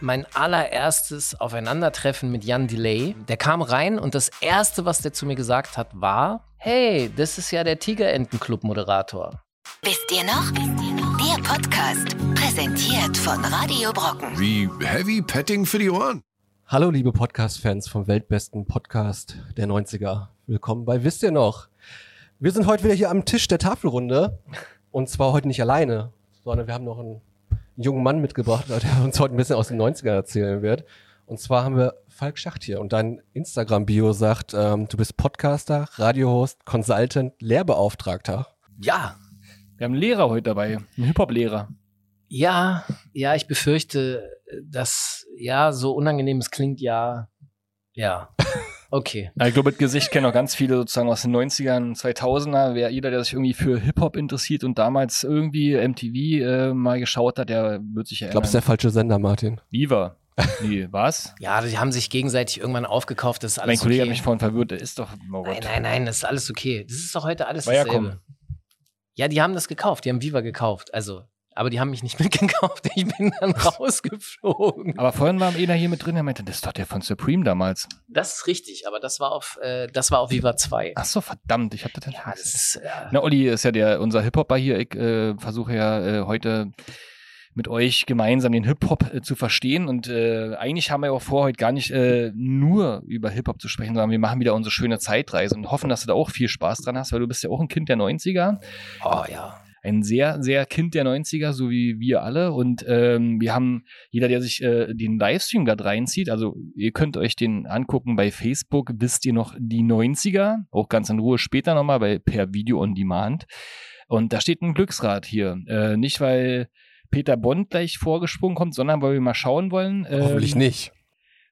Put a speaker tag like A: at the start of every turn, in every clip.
A: mein allererstes Aufeinandertreffen mit Jan Delay. Der kam rein und das Erste, was der zu mir gesagt hat, war, hey, das ist ja der Tigerentenclub-Moderator.
B: Wisst ihr noch? Der Podcast, präsentiert von Radio Brocken.
C: Wie heavy petting for you on?
D: Hallo liebe Podcast-Fans vom weltbesten Podcast der 90er. Willkommen bei Wisst ihr noch? Wir sind heute wieder hier am Tisch der Tafelrunde und zwar heute nicht alleine, sondern wir haben noch einen jungen Mann mitgebracht, der uns heute ein bisschen aus den 90ern erzählen wird. Und zwar haben wir Falk Schacht hier und dein Instagram-Bio sagt, ähm, du bist Podcaster, Radiohost, Consultant, Lehrbeauftragter.
A: Ja,
E: Wir haben einen Lehrer heute dabei, einen Hip-Hop-Lehrer.
A: ja, ja, ich befürchte, dass, ja, so unangenehm es klingt, ja, ja. Okay.
E: Ja, Ich glaube, das Gesicht kennen auch ganz viele sozusagen aus den 90ern, 2000er. Wer, jeder, der sich irgendwie für Hip-Hop interessiert und damals irgendwie MTV äh, mal geschaut hat, der wird sich
D: Ich glaube,
E: erinnern.
D: es ist der falsche Sender, Martin.
E: Viva. Nee, was?
A: Ja, die haben sich gegenseitig irgendwann aufgekauft, das ist alles
E: mein Kollege
A: okay.
E: hat mich vorhin verwirrt. Der ist doch, oh Gott.
A: Nein, nein, nein, das ist alles okay. Das ist doch heute alles
E: War ja
A: dasselbe. Ja, die haben das gekauft, die haben Viva gekauft, also. Aber die haben mich nicht mitgekauft, ich bin dann rausgeflogen.
E: Aber vorhin war einer hier mit drin, der meinte, das ist doch der von Supreme damals.
A: Das ist richtig, aber das war auf, äh, das war auf Viva 2.
E: Ach so, verdammt, ich habe das nicht
A: Ja, das
E: vergessen.
A: ist, äh,
E: Na, Olli ist ja der, unser Hip-Hopper hier. Ich äh, versuche ja äh, heute mit euch gemeinsam den Hip-Hop äh, zu verstehen. Und äh, eigentlich haben wir auch vor, heute gar nicht äh, nur über Hip-Hop zu sprechen, sondern wir machen wieder unsere schöne Zeitreise und hoffen, dass du da auch viel Spaß dran hast, weil du bist ja auch ein Kind der 90er.
A: oh ja.
E: Ein sehr, sehr Kind der 90er, so wie wir alle. Und ähm, wir haben jeder, der sich äh, den Livestream gerade reinzieht, also ihr könnt euch den angucken bei Facebook, wisst ihr noch die 90er, auch ganz in Ruhe später nochmal bei, per Video on Demand. Und da steht ein Glücksrad hier. Äh, nicht, weil Peter Bond gleich vorgesprungen kommt, sondern weil wir mal schauen wollen,
D: Hoffentlich
E: ähm,
D: nicht.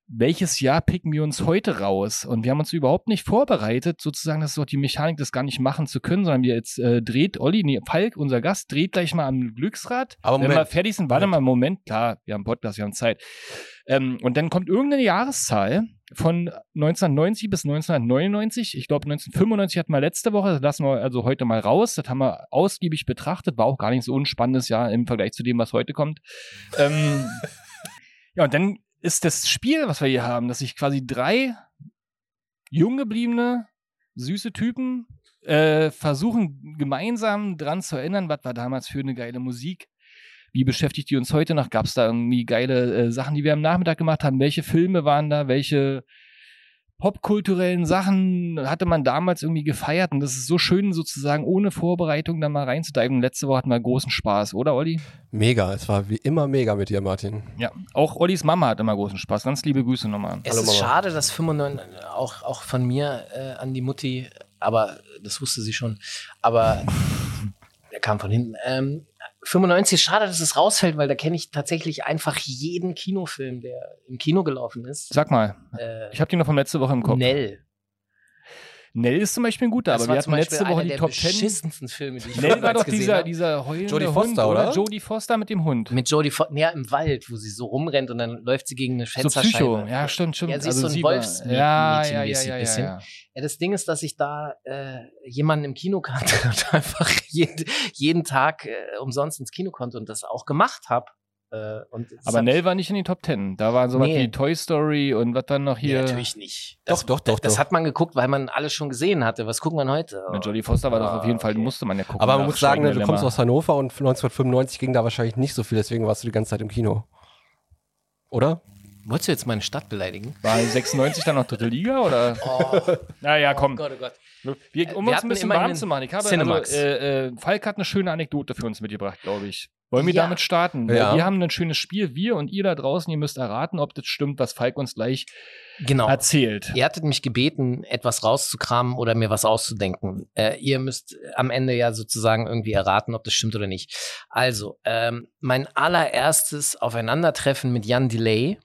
E: welches Jahr picken wir uns heute raus? Und wir haben uns überhaupt nicht vorbereitet, sozusagen, das ist doch die Mechanik, das gar nicht machen zu können, sondern wir jetzt äh, dreht Olli, nee, Falk, unser Gast, dreht gleich mal am Glücksrad.
D: Aber
E: Wenn wir
D: Moment.
E: fertig sind, warte mal einen Moment, klar, wir haben Podcast, wir haben Zeit. Ähm, und dann kommt irgendeine Jahreszahl von 1990 bis 1999. Ich glaube, 1995 hatten wir letzte Woche, das lassen wir also heute mal raus. Das haben wir ausgiebig betrachtet, war auch gar nicht so ein spannendes Jahr im Vergleich zu dem, was heute kommt. Ähm, ja, und dann ist das Spiel, was wir hier haben, dass sich quasi drei jung gebliebene, süße Typen äh, versuchen gemeinsam dran zu erinnern, was war damals für eine geile Musik. Wie beschäftigt die uns heute noch? Gab es da irgendwie geile äh, Sachen, die wir am Nachmittag gemacht haben? Welche Filme waren da? Welche popkulturellen Sachen hatte man damals irgendwie gefeiert? Und das ist so schön, sozusagen ohne Vorbereitung da mal reinzudeiben. Und Letzte Woche hatten wir großen Spaß, oder Olli?
D: Mega, es war wie immer mega mit dir, Martin.
E: Ja. Auch Ollis Mama hat immer großen Spaß. Ganz liebe Grüße nochmal.
A: Es
D: Hallo,
A: ist
D: Mama.
A: schade, dass 95, auch, auch von mir äh, an die Mutti, aber das wusste sie schon, aber der kam von hinten. Ähm, 95 ist schade, dass es rausfällt, weil da kenne ich tatsächlich einfach jeden Kinofilm, der im Kino gelaufen ist.
E: Sag mal,
A: Äh,
E: ich habe die noch von letzte Woche im Kopf.
A: Nell.
E: Nell ist zum Beispiel ein guter,
A: Das
E: aber
A: war
E: wir hatten
A: zum Beispiel
E: letzte Woche
A: einer
E: die
A: der
E: Top 10.
A: beschissensten Filme, die ich
E: Nell war
A: jemals
E: doch
A: gesehen
E: dieser,
A: habe.
E: dieser heulende
D: Jodie
E: Hund,
D: Foster, oder?
E: Jodie Foster mit dem Hund.
A: mit Jodie Foster, ja, im Wald, wo sie so rumrennt und dann läuft sie gegen eine
E: So
A: Fensterscheibe.
E: Psycho. Ja, stimmt, stimmt.
A: Ja, sie ist so ein
E: war-
A: Wolfsmädchen-
E: ja, ja, ja,
A: mädchenmäßig
E: ja, ja,
A: bisschen.
E: ja.
A: Ja, das Ding ist, dass ich da äh, jemanden im Kino kannte und einfach jed, jeden Tag äh, umsonst ins Kino konnte und das auch gemacht habe. Äh, und das
E: Aber
A: hat-
E: Nell war nicht in den Top 10. Da waren sowas
A: Nee.
E: wie Toy Story und was dann noch
A: Nee,
E: hier.
A: natürlich nicht.
D: Doch,
A: Das,
D: doch, doch,
A: Das
D: doch.
A: hat man geguckt, weil man alles schon gesehen hatte. Was gucken wir heute?
E: Mit Jodie Foster war doch auf jeden Fall,
A: Okay.
E: musste man ja gucken.
D: Aber man
E: nach
D: muss sagen, ne, du
E: Schweigender
D: kommst
E: Lämmer.
D: aus Hannover und 1995 ging da wahrscheinlich nicht so viel, deswegen warst du die ganze Zeit im Kino. Oder?
A: Wolltest du jetzt meine Stadt beleidigen?
E: War 96 dann noch dritte Liga oder? Naja, komm.
A: Gott, oh Gott.
E: Wir, um
A: Wir
E: uns
A: hatten
E: ein bisschen
A: immerhin
E: warm
A: einen
E: zu machen. Ich habe,
A: Cinemax.
E: also, äh, äh, Falk hat eine schöne Anekdote für uns mitgebracht, glaube ich. Wollen wir
A: Ja.
E: damit starten? Weil
D: Ja.
E: Wir haben ein schönes Spiel. Wir und ihr da draußen, ihr müsst erraten, ob das stimmt, was Falk uns gleich
A: Genau.
E: erzählt.
A: Ihr hattet mich gebeten, etwas rauszukramen oder mir was auszudenken. Äh, ihr müsst am Ende ja sozusagen irgendwie erraten, ob das stimmt oder nicht. Also, ähm, mein allererstes Aufeinandertreffen mit Jan Delay.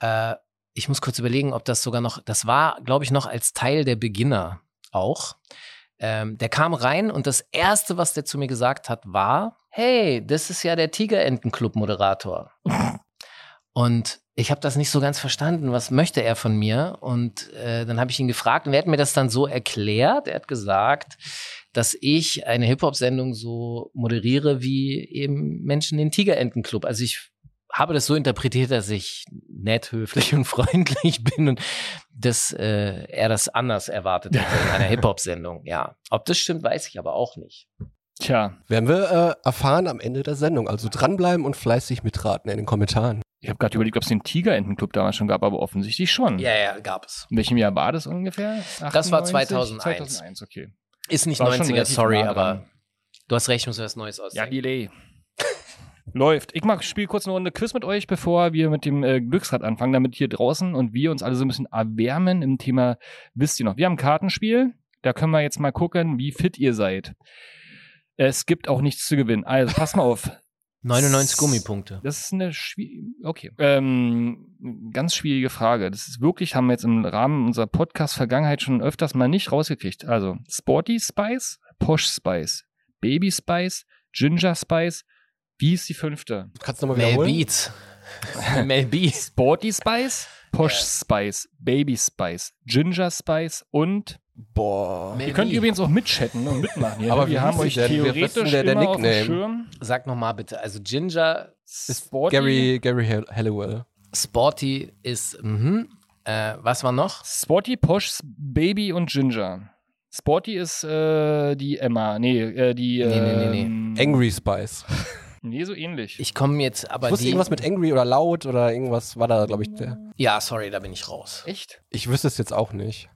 A: Äh, ich muss kurz überlegen, ob das sogar noch, das war, glaube ich, noch als Teil der Beginner auch. Ähm, der kam rein und das Erste, was der zu mir gesagt hat, war, hey, das ist ja der Tigerentenclub-Moderator. Und ich habe das nicht so ganz verstanden, was möchte er von mir? Und äh, dann habe ich ihn gefragt und er hat mir das dann so erklärt. Er hat gesagt, dass ich eine Hip-Hop-Sendung so moderiere wie eben Menschen den Tigerentenclub. Also ich habe das so interpretiert, dass ich nett, höflich und freundlich bin und dass äh, er das anders erwartet hätte in einer Hip-Hop-Sendung. Ja. Ob das stimmt, weiß ich aber auch nicht.
E: Tja,
D: Werden wir äh, erfahren am Ende der Sendung. Also dranbleiben und fleißig mitraten in den Kommentaren.
E: ich habe gerade überlegt, ob es den Tigerentenclub damals schon gab, aber offensichtlich schon.
A: Ja, ja, gab es.
E: In welchem Jahr war das ungefähr?
A: Das war
E: 98?
A: 2001.
E: 2001, okay.
A: Ist nicht
E: War schon
A: 90er,
E: relativ
A: sorry,
E: nah dran.
A: aber du hast recht, ich muss mir was Neues
E: Ja,
A: ausdenken.
E: Delay. Läuft. Ich mach, spiel kurz eine Runde Quiz mit euch, bevor wir mit dem äh, Glücksrad anfangen, damit hier draußen und wir uns alle so ein bisschen erwärmen im Thema, wisst ihr noch, wir haben ein Kartenspiel, da können wir jetzt mal gucken, wie fit ihr seid. Es gibt auch nichts zu gewinnen. Also, pass mal auf.
A: 99 Gummipunkte.
E: Das ist eine schwierige, okay. Ähm, ganz schwierige Frage. Das ist wirklich, haben wir jetzt im Rahmen unserer Podcast-Vergangenheit schon öfters mal nicht rausgekriegt. Also Sporty Spice, Posh Spice, Baby Spice, Ginger Spice. Wie ist die fünfte?
D: Kannst du nochmal
A: Mel
D: wiederholen?
A: Beats. Mel Beats.
E: Sporty Spice, Posh
A: Ja.
E: Spice, Baby Spice, Ginger Spice und
D: Boah.
E: ihr könnt übrigens auch mitchatten und mitmachen. hier.
D: Aber wie
E: wir haben
D: hieß sie
E: euch
D: denn? Wir
E: theoretisch
D: wissen, wer der
E: immer auf
D: Nickname-
E: dem Schirm.
A: Sag nochmal bitte. Also Ginger
E: Sporty,
D: Gary, Gary Hall- Halliwell.
A: Sporty ist. Mhm. Äh, was war noch?
E: Sporty, Posh, Baby und Ginger. Sporty ist äh, die Emma, nee, äh, die.
A: Nee, nee, nee, nee.
E: ähm,
D: Angry Spice.
E: Nee, so ähnlich.
A: Ich komme jetzt aber
D: Ich wusste
A: die.
D: irgendwas mit Angry oder laut oder irgendwas war da, glaube ich. Der.
A: ja, sorry, da bin ich raus.
E: Echt?
D: Ich wüsste es jetzt auch nicht.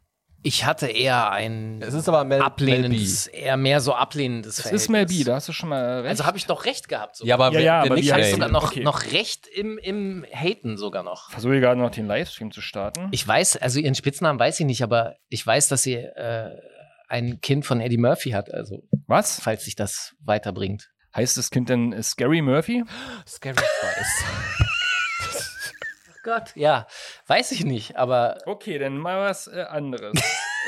A: Ich hatte eher ein
D: Es ist aber Mel, Mel B.
A: ablehnendes, eher mehr so ablehnendes
E: Das
A: Verhältnis.
E: ist Mel B, da hast du schon mal recht.
A: Also habe ich doch recht gehabt.
D: Ja, aber
E: Ja,
D: wer-
E: ja,
D: der
E: aber wie
A: ich
E: heißt
A: hatte
E: sie
D: Nickname.
A: sogar noch,
E: Okay.
A: noch recht im, im Haten sogar noch.
E: versuche gerade noch den Livestream zu starten.
A: Ich weiß, also ihren Spitznamen weiß ich nicht, aber ich weiß, dass sie äh, ein Kind von Eddie Murphy hat, also
E: Was?
A: falls sich das weiterbringt.
E: Heißt das Kind denn äh, Scary Murphy?
D: Scary Spice.
A: Gott, ja, weiß ich nicht, aber
E: Okay, dann mal was äh, anderes.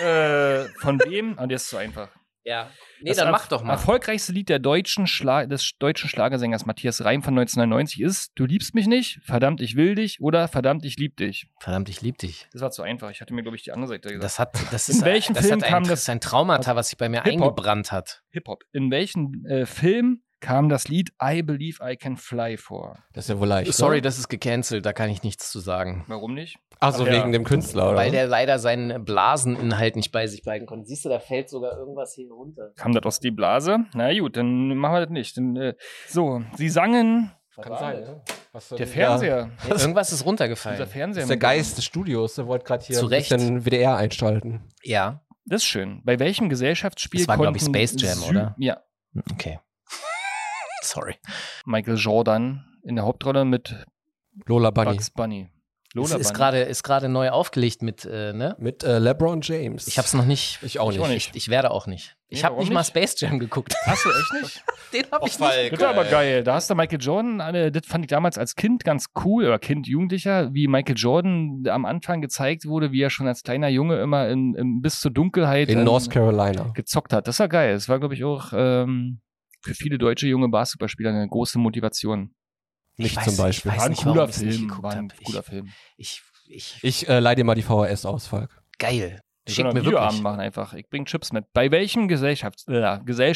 E: äh, von wem? Ah, der ist zu einfach.
A: ja. Nee,
E: Das
A: dann
E: erf-
A: mach doch mal.
E: Erfolgreichste Lied der deutschen Schla des deutschen Schlagersängers Matthias Reim von 1999 ist Du liebst mich nicht, verdammt, ich will dich oder verdammt, ich lieb dich.
A: Verdammt, ich lieb dich.
E: Das war zu einfach. Ich hatte mir, glaube ich, die andere Seite gesagt.
A: Das hat, das
E: In
A: ist,
E: welchem
A: das
E: Film
A: hat ein,
E: kam das-
A: das ist ein Traumata, was sich bei mir
E: Hip-Hop?
A: eingebrannt hat.
E: Hip-Hop. In welchem äh, Film kam das Lied I Believe I Can Fly vor?
D: Das ist ja wohl leicht.
A: Sorry,
D: Ne?
A: das ist gecancelt, da kann ich nichts zu sagen.
E: Warum nicht?
D: Also
E: Ach ja.
D: wegen dem Künstler, oder?
A: Weil der leider seinen Blaseninhalt nicht bei sich behalten konnte. Siehst du, da fällt sogar irgendwas hier runter.
E: Kam das aus die Blase? Na gut, dann machen wir das nicht. Dann, äh, so, sie sangen
D: Kann sein, ne? Was denn-
E: der Fernseher.
A: Ja, irgendwas ist
E: Dieser
A: runtergefallen.
D: Das
E: Fernseher.
D: ist der
E: mit-
D: Geist des Studios. Der wollte gerade hier
A: Zu
D: ein
A: Recht.
D: bisschen WDR einschalten.
A: Ja,
E: Das ist schön. Bei welchem Gesellschaftsspiel
A: Das war, glaub ich,
E: konnten
A: Space Jam,
E: Sü-
A: oder?
E: Ja.
A: okay. Sorry.
E: Michael Jordan in der Hauptrolle mit
D: Lola Bunny.
E: Bugs Bunny.
A: Es
E: Lola
A: ist
E: Bunny.
A: gerade ist gerade neu aufgelegt mit, äh, ne?
D: Mit äh, LeBron James.
A: Ich hab's noch nicht.
D: Ich auch
E: Ich
D: nicht.
E: auch nicht.
A: Ich werde auch nicht. Ich
E: Nee,
A: habe
E: warum
A: nicht mal
E: nicht?
A: Space Jam geguckt.
E: Hast du echt nicht?
A: Den habe ich
D: Falk.
A: nicht.
E: Das war aber geil. Da hast du Michael Jordan, äh, das fand ich damals als Kind ganz cool, oder Kind, Jugendlicher, wie Michael Jordan am Anfang gezeigt wurde, wie er schon als kleiner Junge immer in, in, bis zur Dunkelheit
D: In
E: ähm,
D: North Carolina.
E: gezockt hat. Das war geil. Das war, glaube ich, auch ähm, für viele deutsche junge Basketballspieler eine große Motivation.
D: Nicht zum Beispiel.
A: Ich weiß
E: War
A: nicht, warum ich's nicht geguckt
E: war ein
A: hab. Ich-
E: cooler Film.
A: Ich, ich,
D: Ich äh, leih dir mal die VHS aus, Falk.
A: geil.
E: Wir
A: Schick
E: können auch
A: mir
E: einen Videoabend
A: wirklich.
E: machen einfach. Ich bring Chips mit. Bei welchem Gesellschafts äh,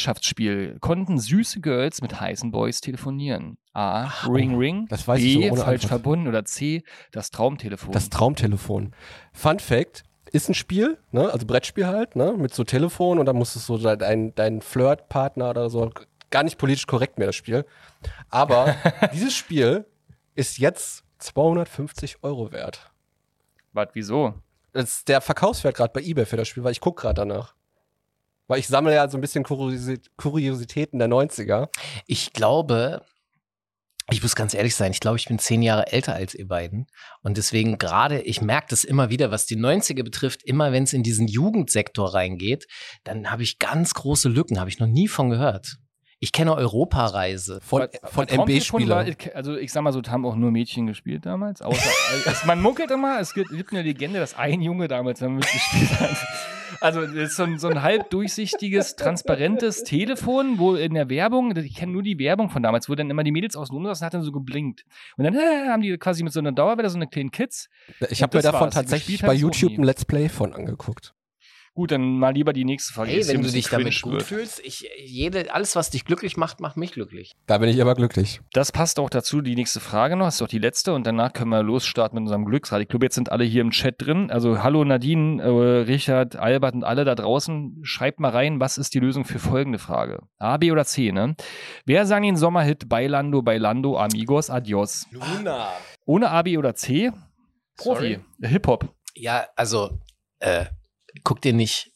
E: Gesellschaftsspiel konnten süße Girls mit heißen Boys telefonieren? A. Ring Ring.
D: das weiß ich
E: B.
D: so ohne
E: falsch
D: Antwort.
E: verbunden. Oder C. Das Traumtelefon.
D: Das Traumtelefon. Fun Fact. Ist ein Spiel, ne? also Brettspiel halt, ne? mit so Telefon und dann musst du so de- dein, dein Flirtpartner oder so, gar nicht politisch korrekt mehr das Spiel. Aber dieses Spiel ist jetzt 250 Euro wert.
E: Was, wieso?
D: Das ist der Verkaufswert gerade bei eBay für das Spiel, weil ich gucke gerade danach. Weil ich sammle ja so ein bisschen Kuriosi Kuriositäten der 90er.
A: Ich glaube, ich muss ganz ehrlich sein, ich glaube, ich bin zehn Jahre älter als ihr beiden. Und deswegen gerade, ich merke das immer wieder, was die 90er betrifft, immer wenn es in diesen Jugendsektor reingeht, dann habe ich ganz große Lücken, habe ich noch nie von gehört. Ich kenne Europareise.
D: Von,
E: Bei-
D: von
E: bei Traumtelefon
D: MB-Spielern.
E: war- Also ich sag mal so, da haben auch nur Mädchen gespielt damals. Außer, also, es- man munkelt immer, es gibt, gibt eine Legende, dass ein Junge damals damit gespielt hat. Also das ist so ein, so ein halb durchsichtiges, transparentes Telefon, wo in der Werbung, ich kenne nur die Werbung von damals, wo dann immer die Mädels außen rum saßen, hat dann so geblinkt. Und dann äh, haben die quasi mit so einer Dauerwelle so eine kleinen Kids.
D: Ich
E: Und
D: habe mir
E: das
D: davon
E: war's. halt
D: tatsächlich
E: Gespielt
D: bei
E: hat's auch
D: YouTube
E: nie.
D: ein Let's Play von angeguckt.
E: Gut, dann mal lieber die nächste Frage. die
A: Hey,
E: jetzt hier
A: wenn
E: ein
A: du dich
E: bisschen
A: damit
E: cringe
A: gut
E: wird.
A: fühlst, ich, jede, alles, was dich glücklich macht, macht mich glücklich.
D: Da bin ich immer glücklich.
E: Das passt auch dazu, die nächste Frage noch, ist doch die letzte und danach können wir losstarten mit unserem Glücksrad. Ich glaube, jetzt sind alle hier im Chat drin. Also hallo Nadine, äh, Richard, Albert und alle da draußen. Schreibt mal rein, was ist die Lösung für folgende Frage? A, B oder C, ne? Wer sang den Sommerhit Bailando, Bailando, Amigos, Adios?
D: Luna.
E: Ohne A, B oder C? Profi, Hip-Hop.
A: Ja, also, äh, guck dir nicht,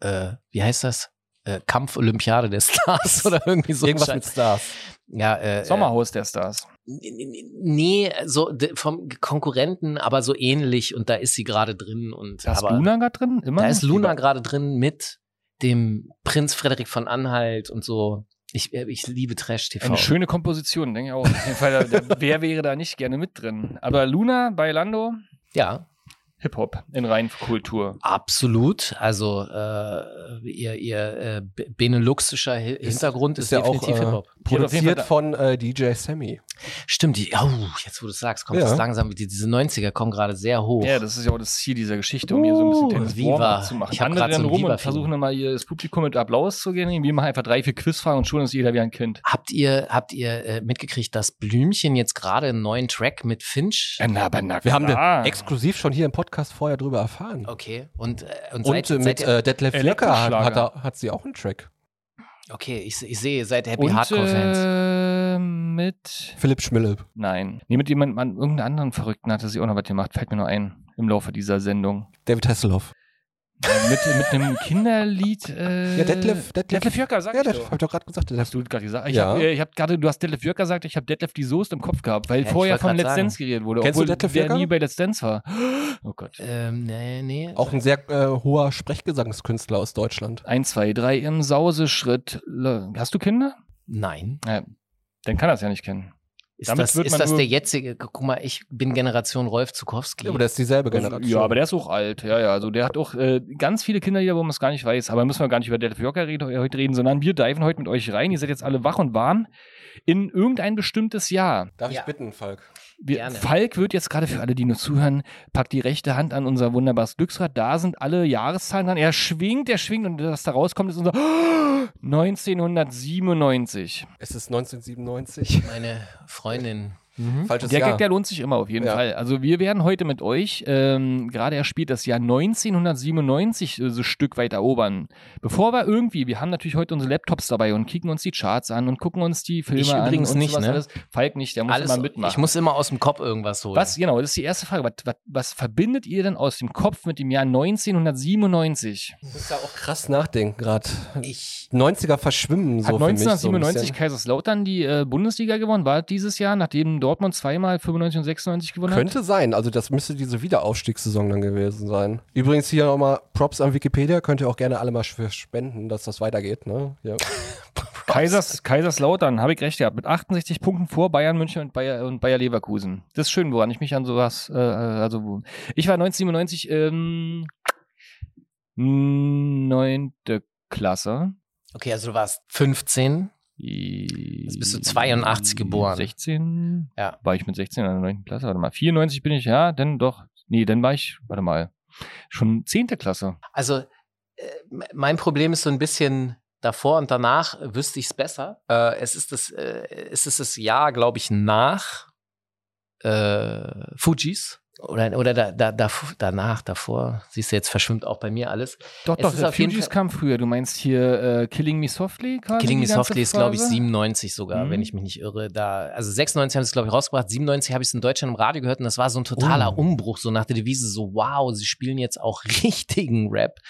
A: äh, wie heißt das? Äh, Kampf-Olympiade der Stars oder irgendwie so. ein
D: Irgendwas
A: Scheiß.
D: mit Stars.
A: ja, äh,
E: Sommerhaus der Stars.
A: Äh, nee, so d- vom Konkurrenten, aber so ähnlich und da ist sie gerade drin. Und,
E: Da ist
A: aber,
E: Luna gerade drin? Immer
A: Da
E: noch?
A: ist Luna gerade drin mit dem Prinz Frederik von Anhalt und so. Ich, äh, ich liebe Trash-TV.
E: Eine schöne Komposition, denke ich auch. Auf jeden Fall, da, da, wer wäre da nicht gerne mit drin? Aber Luna, Bailando,
A: Ja,
E: Hip-Hop in Reinkultur.
A: absolut. Also äh, ihr, ihr äh, be- beneluxischer Hi- Hintergrund ist,
D: ist ja auch,
A: definitiv
D: äh,
A: Hip-Hop.
E: Hier
D: Produziert
E: auf
D: von äh, DJ Sammy.
A: Stimmt, die, oh, jetzt wo du es sagst, kommt
D: Ja.
A: das langsam, die, diese 90er kommen gerade sehr hoch.
E: Ja, das ist ja auch das Ziel dieser Geschichte, um hier so ein bisschen
A: Uh,
E: den
A: Viva.
E: Warm-up zu machen.
A: Ich hab
E: Andere
A: grad so ein
E: dann rum und
A: Viva-Feeling.
E: versuchen dann mal hier das Publikum mit Applaus zu generieren. Wir machen einfach drei, vier Quizfragen und schon ist jeder wie ein Kind.
A: Habt ihr, habt ihr äh, mitgekriegt, dass Blümchen jetzt gerade einen neuen Track mit Finch?
E: Na, aber na,
D: Wir haben
E: klar. Oh,
D: da exklusiv schon hier im Podcast vorher drüber erfahren.
A: Okay, und, äh, und,
D: Und
A: seit,
D: äh,
A: seit
D: mit äh, Detlef Löcker hat,
E: Elektroschlager.
D: hat, er- hat sie auch einen Track.
A: okay, ich, ich sehe, seid Happy
E: und
A: Hardcore-Fans.
E: äh, mit
D: Philipp Schmille.
E: nein, nee, mit jemandem an irgendeinem anderen Verrückten hatte sie auch noch was gemacht. Fällt mir noch ein im Laufe dieser Sendung.
D: David Hasselhoff.
E: Äh, mit, mit einem Kinderlied. Äh,
D: Ja, Detlef- Detlef-
E: Detlef Jörger, sag
D: ja,
E: ich
D: das
E: doch.
D: hab ich doch gerade gesagt. Detlef.
E: Hast du gerade gesagt? Ich
D: Ja.
E: hab, äh, ich hab gerade, du hast Detlef Jörg gesagt, ich habe Detlef die Soest im Kopf gehabt, weil
A: Ja, ich
E: vorher
A: wollt
E: von
A: grad
E: Let's
A: sagen.
E: Dance geredet wurde,
D: Kennst du
E: obwohl
D: Detlef
E: der
D: Jörger?
E: nie bei Let's Dance war. Oh Gott.
A: Ähm, nee, nee.
D: Auch ein sehr äh, hoher Sprechgesangskünstler aus Deutschland.
E: Eins, zwei, drei im Sauseschritt. Le- Hast du Kinder?
A: Nein.
E: Dann kann er es ja nicht kennen.
A: Ist
E: Damit
A: das,
E: wird
A: ist
E: man
A: das
E: nur-
A: der jetzige? Guck mal, ich bin Generation Rolf Zukowski.
D: Ja, aber das ist dieselbe Generation.
E: Also, Ja, aber der ist auch alt. Ja, ja. Also der hat auch äh, ganz viele Kinderlieder, wo man es gar nicht weiß. Aber müssen wir gar nicht über Detlef Jörger reden, heute reden, sondern wir diven heute mit euch rein. Ihr seid jetzt alle wach und warm in irgendein bestimmtes Jahr.
D: Darf
A: Ja.
D: ich bitten, Falk?
E: Wir,
A: Gerne.
E: Falk wird jetzt gerade für alle, die nur zuhören, packt die rechte Hand an unser wunderbares Glücksrad. Da sind alle Jahreszahlen dran. Er schwingt, er schwingt und was da rauskommt, ist unser 1997.
D: Es ist 1997.
A: Meine Freundin.
D: Falsches
E: Mhm. Der
D: Jahr.
E: Gag, der lohnt sich immer auf jeden
D: Ja.
E: Fall. Also wir werden heute mit euch, ähm, gerade er spielt das Jahr 1997 äh, so ein Stück weit erobern. Bevor wir irgendwie, wir haben natürlich heute unsere Laptops dabei und kicken uns die Charts an und gucken uns die Filme
A: Ich
E: an.
A: übrigens
E: und
A: nicht,
E: sowas
A: ne?
E: alles. Falk nicht, der muss
A: Alles,
E: immer mitmachen.
A: ich muss immer aus dem Kopf irgendwas holen.
E: Was, genau, das ist die erste Frage. Was, was, was verbindet ihr denn aus dem Kopf mit dem Jahr 1997?
D: Ich muss da auch krass nachdenken gerade.
A: Ich,
D: 90er verschwimmen so
E: Hat
D: für mich so ein
E: 1997
D: bisschen.
E: Kaiserslautern die äh, Bundesliga gewonnen? War das dieses Jahr, nachdem Dortmund zweimal 95 und 96 gewonnen hat?
D: Könnte sein, also das müsste diese Wiederaufstiegssaison dann gewesen sein. Übrigens hier nochmal Props an Wikipedia, könnt ihr auch gerne alle mal für spenden, dass das weitergeht. Ne? Ja.
E: Kaisers, Kaiserslautern, habe ich recht gehabt, mit 68 Punkten vor Bayern München und Bayer, und Bayer Leverkusen. Das ist schön, woran ich mich an sowas, äh, also wo- ich war 1997 ähm, neunte Klasse.
A: okay, also du warst 15.
E: Jetzt
A: bist du 82 geboren.
E: 16?
A: Ja.
E: War ich mit 16 in der 9. Klasse? Warte mal. 94 bin ich, ja, dann doch. Nee, dann war ich, warte mal, schon 10. Klasse.
A: Also äh, m- mein Problem ist so ein bisschen davor und danach äh, wüsste ich es besser. Äh, es ist das, äh, es ist das Jahr, glaube ich, nach äh, Fujis. Oder, oder da, da, da, danach, davor, siehst du, jetzt verschwimmt auch bei mir alles.
E: Doch,
A: Es
E: doch,
A: ist
E: äh,
A: auf jeden
E: Fugees
A: Fall-
E: kam früher. Du meinst hier äh, Killing Me Softly? Quasi
A: Killing
E: die
A: Me
E: ganze
A: Softly ist, glaube ich,
E: Phase?
A: 97 sogar,
E: Mhm.
A: wenn ich mich nicht irre. Da, also 96 haben sie es, glaube ich, rausgebracht. 97 habe ich es in Deutschland im Radio gehört und das war so ein totaler Umbruch, so nach der Devise, so wow, sie spielen jetzt auch richtigen Rap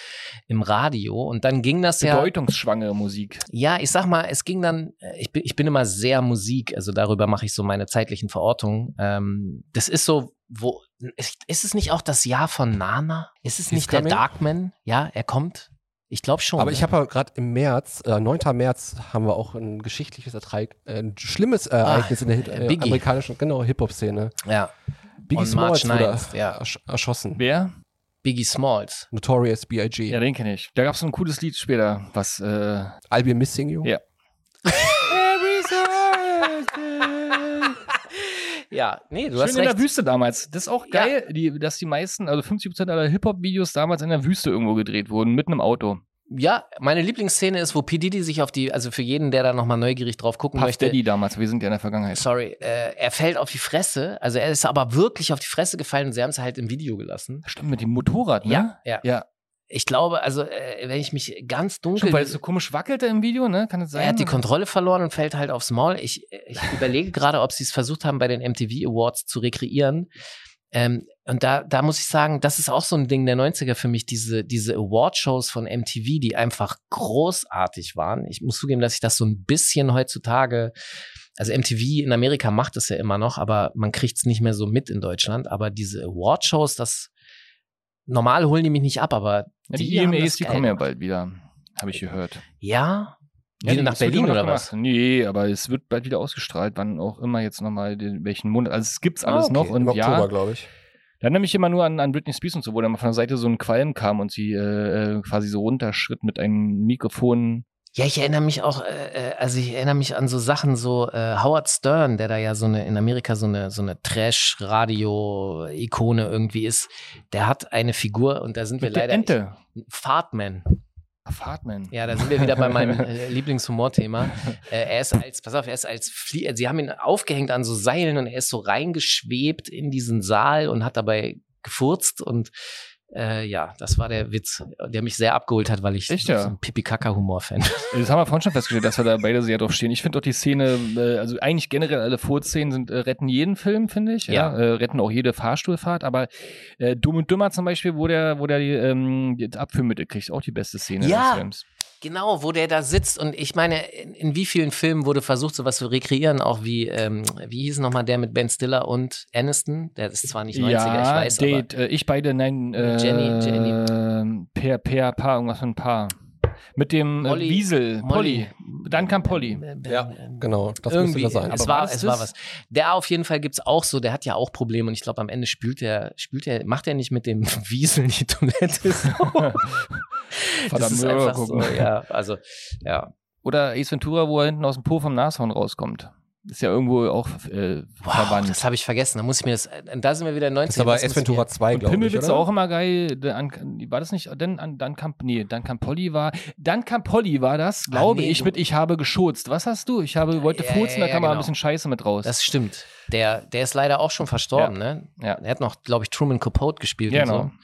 A: im Radio. Und dann ging das ja.
E: Bedeutungsschwangere Musik.
A: Ja, ich sag mal, es ging dann, äh, ich bin, ich bin immer sehr Musik, also darüber mache ich so meine zeitlichen Verortungen. Ähm, das ist so, wo, ist, ist es nicht auch das Jahr von Nana? Ist es
D: He's
A: nicht
D: coming?
A: der Darkman? Ja, er kommt. Ich glaube
E: Oh,
A: schon. ne?
D: Aber ich habe ja gerade im März, äh, 9. März, haben wir auch ein geschichtliches Ertrag, äh, ein schlimmes
E: Ah,
D: Ereignis in der Hit äh,
A: Biggie.
D: amerikanischen genau, Hip-Hop-Szene.
A: ja,
D: Biggie
A: On March
D: Smalls wurde
A: 9th, ja.
D: ersch erschossen.
E: Wer?
A: Biggie Smalls.
D: Notorious B.I.G.
E: Ja, den kenne ich. Da gab es so ein cooles Lied später, was. Äh,
D: I'll be missing you.
E: Ja.
A: Ja, nee, du
E: Schön
A: hast
E: in der
A: recht.
E: Wüste damals. Das ist auch geil, die, dass die meisten, also 50% aller Hip-Hop-Videos damals in der Wüste irgendwo gedreht wurden, mit einem Auto.
A: Ja, meine Lieblingsszene ist, wo P. Diddy sich auf die, also für jeden, der da nochmal neugierig drauf gucken
E: Puff
A: möchte,
E: Daddy damals, wir sind ja in der Vergangenheit.
A: sorry, äh, er fällt auf die Fresse. Also er ist aber wirklich auf die Fresse gefallen und sie haben es halt im Video gelassen.
E: Stimmt, mit dem Motorrad, ne?
A: Ja, ja.
E: Ja,
A: Ich glaube, also äh, wenn ich mich ganz dunkel...
E: Stimmt, weil es so komisch wackelte im Video, ne? Kann das sein?
A: er hat die Kontrolle verloren und fällt halt aufs Maul. Ich, ich überlege gerade, ob sie es versucht haben, bei den MTV Awards zu rekreieren. Ähm, und da, da muss ich sagen, das ist auch so ein Ding der 90er für mich, diese, diese Award-Shows von MTV, die einfach großartig waren. Ich muss zugeben, dass ich das so ein bisschen heutzutage, also MTV in Amerika macht es ja immer noch, aber man kriegt es nicht mehr so mit in Deutschland. Aber diese Award-Shows, das normal holen die mich nicht ab, aber
E: ja, die,
A: die haben
E: IMEs,
A: das
E: die
A: geil
E: kommen ja
A: gemacht.
E: bald wieder, habe ich gehört.
A: ja, die
E: die-
A: sind nach
E: das wird
A: Berlin
E: immer noch
A: oder was?
E: gemacht. Nee, aber es wird bald wieder ausgestrahlt, wann auch immer jetzt nochmal, den- welchen Monat. Also es gibt's alles
A: Ah, okay.
E: noch und
D: Im Oktober,
E: ja.
D: glaube ich.
E: Da erinnere ich immer nur an, an Britney Spears und so, wo dann mal von der Seite so ein Qualm kam und sie äh, äh, quasi so runterschritt mit einem Mikrofon.
A: Ja, ich erinnere mich auch, äh, äh, also ich erinnere mich an so Sachen, so äh, Howard Stern, der da ja so eine in Amerika so eine so eine Trash-Radio-Ikone irgendwie ist. Der hat eine Figur und da sind
E: Mit
A: wir
E: der
A: leider
E: Ente.
A: Fartman.
E: Apartment.
A: Ja, da sind wir wieder bei meinem äh, Lieblingshumorthema. Äh, er ist als, pass auf, er ist als Flie äh, sie haben ihn aufgehängt an so Seilen und er ist so reingeschwebt in diesen Saal und hat dabei gefurzt und äh, ja, das war der Witz, der mich sehr abgeholt hat, weil ich
E: Echt,
A: so
E: ja?
A: ein Pipi-Kaka-Humor-Fan bin.
E: Das haben wir vorhin schon festgestellt, dass wir da beide sehr drauf stehen. Ich finde doch die Szene, äh, also eigentlich generell alle Furz-Szenen sind, äh, retten jeden Film, finde ich.
A: Ja.
E: Äh, retten auch jede Fahrstuhlfahrt. Aber äh, Dumm und Dümmer zum Beispiel, wo der, wo der die, ähm, die Abführmittel kriegt, auch die beste Szene
A: Ja.
E: des Films.
A: Genau, wo der da sitzt und ich meine, in, in wie vielen Filmen wurde versucht, sowas zu rekreieren, auch wie, ähm, wie hieß nochmal der mit Ben Stiller und Aniston? Der ist zwar nicht 90er,
E: ja,
A: ich weiß, aber
E: Date, äh, ich beide, nein, äh,
A: Jenny,
E: Jenny. Per, Per, Paar, irgendwas von Paar. Mit dem äh,
A: Molly,
E: Wiesel,
A: Molly.
E: Polly. Dann kam Polly.
D: Ja, genau. Das
A: Irgendwie,
D: müsste das sein.
A: es
E: Aber
A: war,
E: war das
A: es war
E: das?
A: was. Der auf jeden Fall gibt's auch so, der hat ja auch Probleme und ich glaube, am Ende spült er, spült er, macht er nicht mit dem Wiesel die Toilette sauber. das
E: Verdammt, oh.
A: ist
E: ja,
A: einfach so,
E: gucken.
A: ja, also, ja.
E: Oder Ace Ventura, wo er hinten aus dem Po vom Nashorn rauskommt. Ist ja irgendwo auch äh,
A: Wow,
E: verwandt.
A: das habe ich vergessen, da muss ich mir das, da sind wir wieder in 90
D: Das ist aber S. Ventura 2,
E: Und
D: glaube ich.
E: Pimmelwitz
D: oder?
E: auch immer geil. Da an- War das nicht? Dann, an, dann kam, nee, dann kam Polly war. Dann kam Polly war das, glaube
A: Ah, nee,
E: ich,
A: du-
E: mit Ich habe geschurzt. Was hast du? Ich habe, wollte
A: Ja,
E: furzen,
A: ja,
E: da
A: ja,
E: kam mal ein
A: genau.
E: bisschen Scheiße mit raus.
A: Das stimmt. Der, der ist leider auch schon verstorben, ne?
E: Ja.
A: Er hat noch, glaube ich, Truman Capote gespielt
E: genau.
A: und so.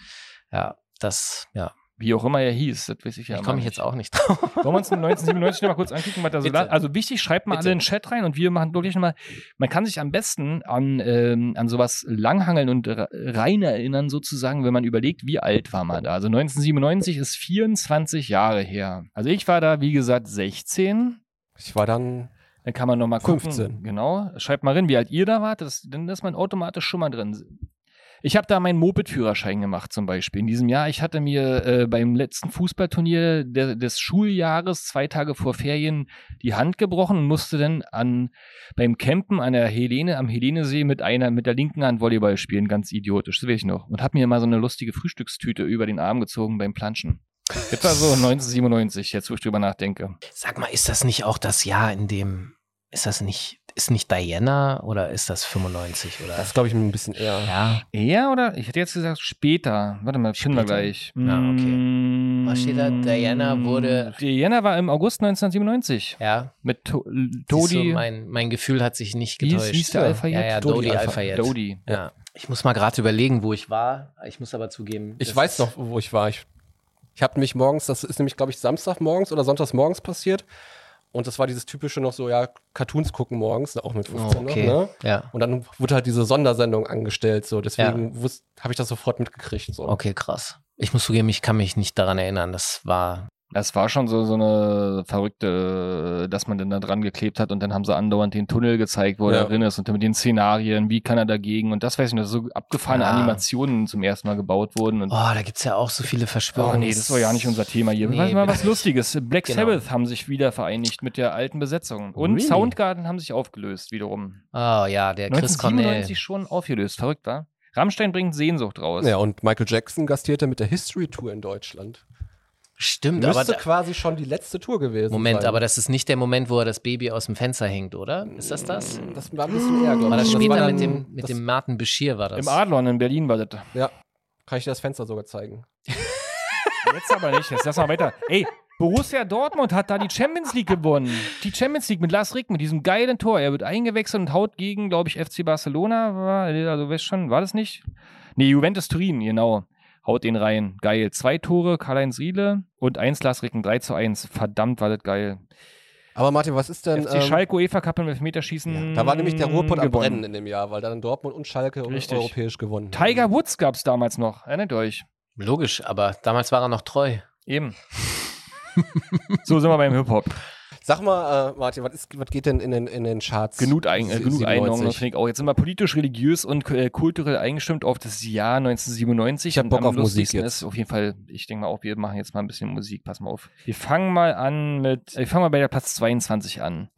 A: Ja, das, ja.
E: Wie auch immer er hieß, das weiß ich ja
A: ich
E: immer
A: komme ich
E: nicht.
A: jetzt auch nicht drauf.
E: Wollen wir uns 1997 noch mal kurz angucken, was da so
A: Bitte.
E: da Also wichtig, schreibt mal
A: Bitte.
E: alle in den Chat rein und wir machen wirklich nochmal. Man kann sich am besten an, ähm, an sowas langhangeln und re- rein erinnern, sozusagen, wenn man überlegt, wie alt war man da. Also 1997 ist 24 Jahre her. Also ich war da, wie gesagt, 16.
D: Ich war dann
E: Dann kann man nochmal gucken.
D: 15.
E: Genau. Schreibt mal rein, wie alt ihr da wart. Das, dann ist man automatisch schon mal drin. Ich habe da meinen Moped-Führerschein gemacht zum Beispiel in diesem Jahr. Ich hatte mir äh, beim letzten Fußballturnier de des Schuljahres zwei Tage vor Ferien die Hand gebrochen und musste dann an, beim Campen an der Helene, am Helenesee mit einer, mit der linken Hand Volleyball spielen. Ganz idiotisch, das will ich noch. Und habe mir mal so eine lustige Frühstückstüte über den Arm gezogen beim Planschen. Das war so 1997, jetzt wo ich drüber nachdenke.
A: Sag mal, ist das nicht auch das Jahr, in dem, ist das nicht, ist nicht Diana oder ist das 95 oder?
D: Das glaube ich ein bisschen eher.
A: ja.
E: Eher oder? Ich hätte jetzt gesagt später. Warte mal, finden wir
A: Später?
E: gleich.
A: Ja, okay.
E: Mm,
A: Was steht da? Diana wurde-
E: Diana war im August 1997
A: Ja.
E: mit to
A: Siehst du,
E: Dodi.
A: mein, mein Gefühl hat sich nicht
E: Wie hieß-
A: getäuscht.
E: wie hieß der Alpha
A: ja,
E: jetzt?
A: ja,
D: Dodi
A: Dodi
D: Alpha.
A: Alpha jetzt.
E: Dodi.
A: Ja. Ich muss mal gerade überlegen, wo ich war. Ich muss aber zugeben.
D: Ich
A: das
D: weiß
A: ist-
D: noch, wo ich war. Ich, ich habe mich morgens, das ist nämlich, glaube ich, Samstagmorgens oder Sonntagsmorgens passiert. Und das war dieses typische noch so, ja, Cartoons gucken morgens, auch mit 15
A: Oh, okay.
D: noch, ne?
A: Ja.
D: Und dann wurde halt diese Sondersendung angestellt, so. Deswegen habe ich das sofort mitgekriegt, so.
A: Okay, krass. Ich muss zugeben, ich kann mich nicht daran erinnern. Das war
E: Das war schon so, so eine verrückte, dass man denn da dran geklebt hat und dann haben sie andauernd den Tunnel gezeigt, wo
D: Ja.
E: er drin ist und dann mit den Szenarien, wie kann er dagegen und das weiß ich nicht, dass so abgefahrene
A: Ja.
E: Animationen zum ersten Mal gebaut wurden. Und
A: Oh, da gibt es ja auch so viele
E: Oh
A: Verschwörungen.
E: nee, das war ja nicht unser Thema hier.
A: Nee,
E: Warte mal was
A: wirklich.
E: Lustiges. Black
A: Genau.
E: Sabbath haben sich wieder vereinigt mit der alten Besetzung. Und
A: Really?
E: Soundgarden haben sich aufgelöst wiederum.
A: Oh ja, der Chris Cornell.
E: 1997 schon aufgelöst. Verrückt, wa? Rammstein bringt Sehnsucht raus.
D: Ja, und Michael Jackson gastierte mit der History Tour in Deutschland.
A: Stimmt, aber
D: Müsste
A: da,
D: quasi schon die letzte Tour gewesen
A: Moment,
D: sein.
A: aber das ist nicht der Moment, wo er das Baby aus dem Fenster hängt, oder? Ist das
E: Mm,
A: das?
D: das war ein bisschen eher, glaub
A: War das
D: ich.
A: später
D: war
A: mit
D: dann-
A: dem mit
D: das-
A: dem Martin Beschir war das?
E: Im Adlon in Berlin war das.
D: Ja, kann ich dir das Fenster sogar zeigen.
E: Jetzt aber nicht, jetzt lass mal weiter. Ey, Borussia Dortmund hat da die Champions League gewonnen. Die Champions League mit Lars Rick, mit diesem geilen Tor. Er wird eingewechselt und haut gegen, glaube ich, FC Barcelona. War, also, weißt schon, war das nicht? Nee, Juventus Turin, genau. Haut den rein. Geil. Zwei Tore, Karl-Heinz Riedle und eins Lars Ricken, 3 zu 1. Verdammt, war das geil.
D: Aber Martin, was ist denn.
E: FC
D: ähm,
E: Schalke, UEFA Cup im Elfmeterschießen.
D: ja, da war nämlich der Ruhrpott am
E: gewonnen.
D: Brennen in dem Jahr, weil dann Dortmund und Schalke und
E: Richtig.
D: europäisch gewonnen. haben.
E: Tiger Woods gab es damals noch, erinnert euch.
A: Logisch, aber damals war er noch treu.
E: Eben. so sind wir beim Hip-Hop.
D: Sag mal, äh, Martin, was, ist, was geht denn in den, in den Charts?
E: Genug, ein, äh,
D: Sie-
E: genug
D: 97.
E: Einordnung, das finde ich auch. Jetzt sind wir politisch, religiös und äh, kulturell eingestimmt auf das Jahr 1997.
D: Ich hab
E: Und
D: Bock
E: am
D: auf Musik
E: lustigsten
D: jetzt.
E: Ist auf jeden Fall, ich denke mal auch, wir machen jetzt mal ein bisschen Musik, pass mal auf. Wir fangen mal an mit, äh, wir fangen mal bei der Platz 22 an.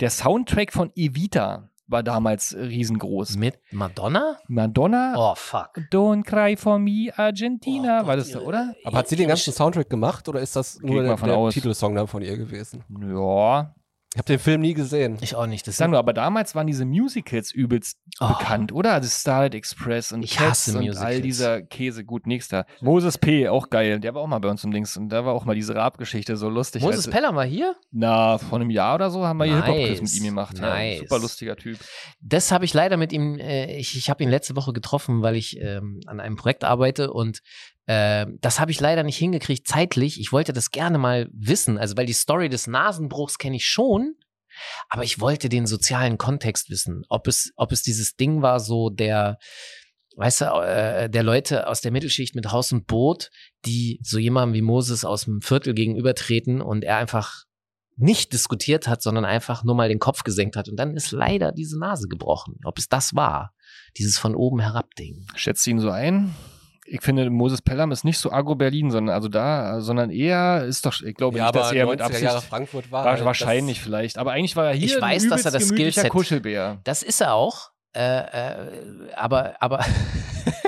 E: Der Soundtrack von Evita war damals riesengroß.
A: Mit Madonna?
E: Madonna,
A: Oh fuck.
E: Don't Cry For Me, Argentina,
A: Oh
E: war
A: Gott,
E: das da,
A: ihr-
E: oder?
D: Aber hat sie den ganzen Soundtrack gemacht oder ist das
E: ich
D: nur
E: mal
D: der,
E: von
D: der
E: aus.
D: Titelsong dann von ihr gewesen?
E: Ja,
D: Ich habe den Film nie gesehen.
A: Ich auch nicht. Das
E: Ich sag nur, aber damals waren diese Musicals übelst
A: Oh.
E: bekannt, oder? Also Starlight Express und
A: Ich
E: Cats
A: hasse
E: und all
A: Musicals.
E: dieser Käse. Gut, nächster. Moses P., auch geil. Der war auch mal bei uns im Dings und da war auch mal diese Rap-Geschichte so lustig.
A: Moses
E: Als-
A: Peller war hier?
E: Na, vor einem Jahr oder so haben wir hier
A: Nice,
E: Hip-Hop-Quiz mit ihm gemacht. Ja,
A: nice.
E: super lustiger Typ.
A: Das habe ich leider mit ihm, äh, ich, ich habe ihn letzte Woche getroffen, weil ich ähm, an einem Projekt arbeite und äh, das habe ich leider nicht hingekriegt zeitlich. Ich wollte das gerne mal wissen, also weil die Story des Nasenbruchs kenne ich schon, aber ich wollte den sozialen Kontext wissen, ob es, ob es dieses Ding war, so der, weißt du, äh, der Leute aus der Mittelschicht mit Haus und Boot, die so jemandem wie Moses aus dem Viertel gegenübertreten und er einfach nicht diskutiert hat, sondern einfach nur mal den Kopf gesenkt hat. Und dann ist leider diese Nase gebrochen. Ob es das war, dieses von oben herab Ding.
E: Schätzt ihn so ein. Ich finde, Moses Pelham ist nicht so Agro-Berlin, sondern also da, sondern eher ist doch, ich glaube nicht, dass er mit
D: 90er
E: Absicht.
D: Jahre Frankfurt war.
E: Wa-
D: halt
E: wahrscheinlich vielleicht. Aber eigentlich war er hier
A: Ich
E: ein
A: weiß, dass er
E: übelst
A: das
E: gemütlicher
A: Skillset-
E: Kuschelbär.
A: Das ist er auch. Äh, äh, aber, aber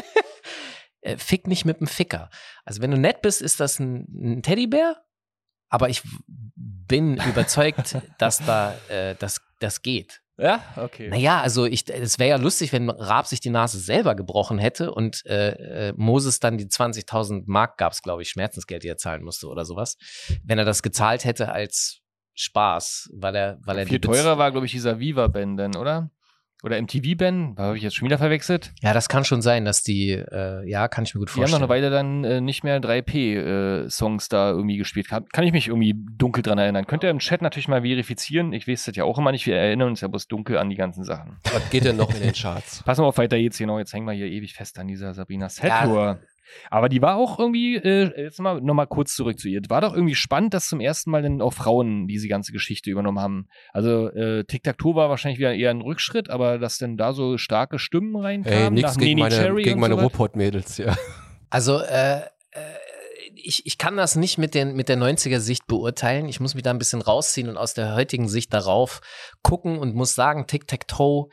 A: äh, fick nicht mit dem Ficker. Also wenn du nett bist, ist das ein, ein Teddybär. Aber ich bin überzeugt, dass da äh, das, das geht.
E: Ja, okay.
A: Naja, also ich, es wäre ja lustig, wenn Raab sich die Nase selber gebrochen hätte und äh, äh, Moses dann die 20.000 Mark gab's, glaube ich, Schmerzensgeld, die er zahlen musste oder sowas. Wenn er das gezahlt hätte als Spaß, weil er, weil er
E: Viel
A: die Bez-
E: teurer war, glaube ich, dieser Viva-Ben dann, oder? Oder MTV-Ben, habe ich jetzt schon wieder verwechselt.
A: Ja, das kann schon sein, dass die, äh, ja, kann ich mir gut
E: Die haben noch
A: vorstellen.
E: eine Weile dann äh, nicht mehr 3P-Songs da irgendwie gespielt. Kann, kann ich mich irgendwie dunkel dran erinnern. Könnt ihr im Chat natürlich mal verifizieren. Ich weiß das ja auch immer nicht. Wir erinnern uns ja bloß dunkel an die ganzen Sachen.
D: Das, was geht denn noch in den Charts?
E: Passen wir auf, weiter jetzt genau. Jetzt hängen wir hier ewig fest an dieser Sabrina Setur. Aber die war auch irgendwie, äh, jetzt mal, noch mal kurz zurück zu ihr. War doch irgendwie spannend, dass zum ersten Mal dann auch Frauen diese ganze Geschichte übernommen haben. Also äh, Tic-Tac-Toe war wahrscheinlich wieder eher ein Rückschritt, aber dass dann da so starke Stimmen reinkamen.
D: Ey, nix
E: nach
D: gegen
E: Nene
D: meine,
E: Cherry
D: gegen
E: und
D: meine
E: so was.
D: Ruhrpott-Mädels hier.
A: Also, äh, äh, ich, ich kann das nicht mit, den, mit der 90er-Sicht beurteilen. Ich muss mich da ein bisschen rausziehen und aus der heutigen Sicht darauf gucken und muss sagen, Tic-Tac-Toe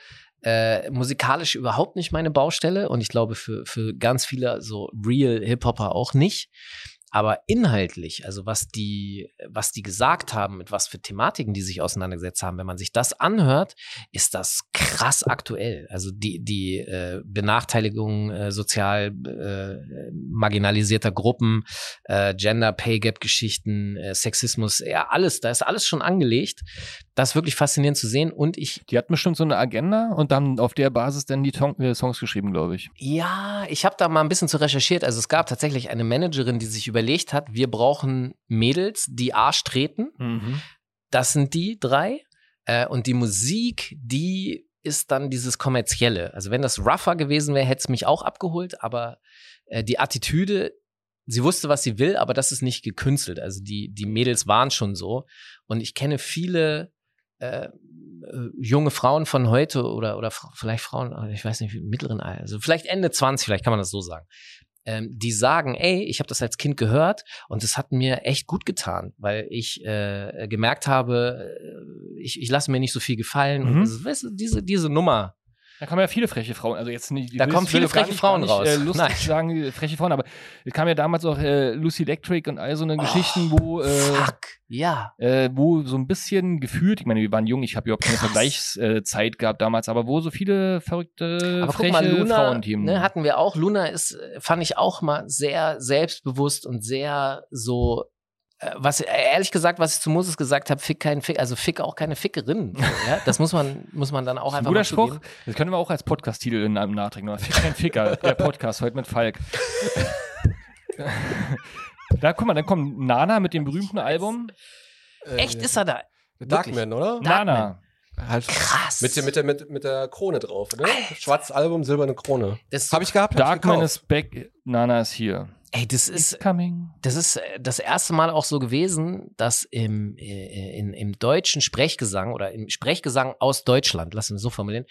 A: äh, musikalisch überhaupt nicht meine Baustelle und ich glaube für, für ganz viele so real Hip-Hopper auch nicht. Aber inhaltlich, also was die, was die gesagt haben, mit was für Thematiken die sich auseinandergesetzt haben, wenn man sich das anhört, ist das krass aktuell. Also die, die äh, Benachteiligung äh, sozial äh, marginalisierter Gruppen, äh, Gender Pay Gap Geschichten, äh, Sexismus, ja alles, da ist alles schon angelegt. Das ist wirklich faszinierend zu sehen und ich
E: Die hatten bestimmt so eine Agenda und haben auf der Basis dann die Ton äh, Songs geschrieben, glaube ich.
A: Ja, ich habe da mal ein bisschen zu recherchiert. Also es gab tatsächlich eine Managerin, die sich überlegt hat, wir brauchen Mädels, die Arsch treten. Das sind die drei. Äh, und die Musik, die ist dann dieses kommerzielle. Also wenn das rougher gewesen wäre, hätte es mich auch abgeholt. Aber äh, die Attitüde, sie wusste, was sie will, aber das ist nicht gekünstelt. Also die, die Mädels waren schon so. Und ich kenne viele äh, äh, junge Frauen von heute oder, oder fra- vielleicht Frauen, aber ich weiß nicht, wie- mittleren Alter, also vielleicht Ende 20, vielleicht kann man das so sagen. Ähm, die sagen, ey, ich habe das als Kind gehört und es hat mir echt gut getan, weil ich äh, gemerkt habe, äh, ich, ich lasse mir nicht so viel gefallen.
E: Mhm.
A: Und das, weißt du, diese, diese Nummer,
E: Da kamen ja viele freche Frauen. Also jetzt nicht,
A: Da
E: ich
A: kommen
E: will
A: viele
E: doch gar
A: freche
E: nicht- gar
A: Frauen
E: nicht,
A: raus.
E: Äh, lustig
A: Nein.
E: sagen, freche Frauen, aber es kam ja damals auch äh, Lucy Electric und all so eine Geschichten, wo, äh,
A: Oh, Fuck. Ja.
E: äh, wo so ein bisschen gefühlt, ich meine, wir waren jung, ich habe überhaupt keine Vergleichszeit äh, Zeit gehabt damals, aber wo so viele verrückte
A: Aber
E: freche
A: guck mal, Luna
E: Frauenthemen.
A: ne, hatten wir auch. Luna ist, äh, fand ich auch mal sehr selbstbewusst und sehr so, äh, was äh, ehrlich gesagt, was ich zu Moses gesagt habe, fick keinen Fick, also fick auch keine Fickerin. ja, das muss man, muss man dann auch
E: Ein
A: einfach
E: guter
A: mal
E: Spruch.
A: zugeben.
E: Das können wir auch als Podcast-Titel in einem nachträgen. oder? Fick kein Ficker, der Podcast heute mit Falk. da guck mal, dann kommt Nana mit dem berühmten Album.
A: Echt ist er da.
D: Äh, Darkman, oder?
E: Nana.
D: Halt
A: Krass.
D: mit, der- mit, der, mit, mit der Krone drauf, ne? Schwarzes Album, silberne Krone.
A: Das-
D: Habe ich gehabt. hab ich
E: Darkman
D: gekauft.
E: is back. Nana ist hier.
A: Ey, das ist,
E: It's coming.
A: das ist äh, das erste Mal auch so gewesen, dass im, äh, in, im deutschen Sprechgesang oder im Sprechgesang aus Deutschland, lass uns so formulieren,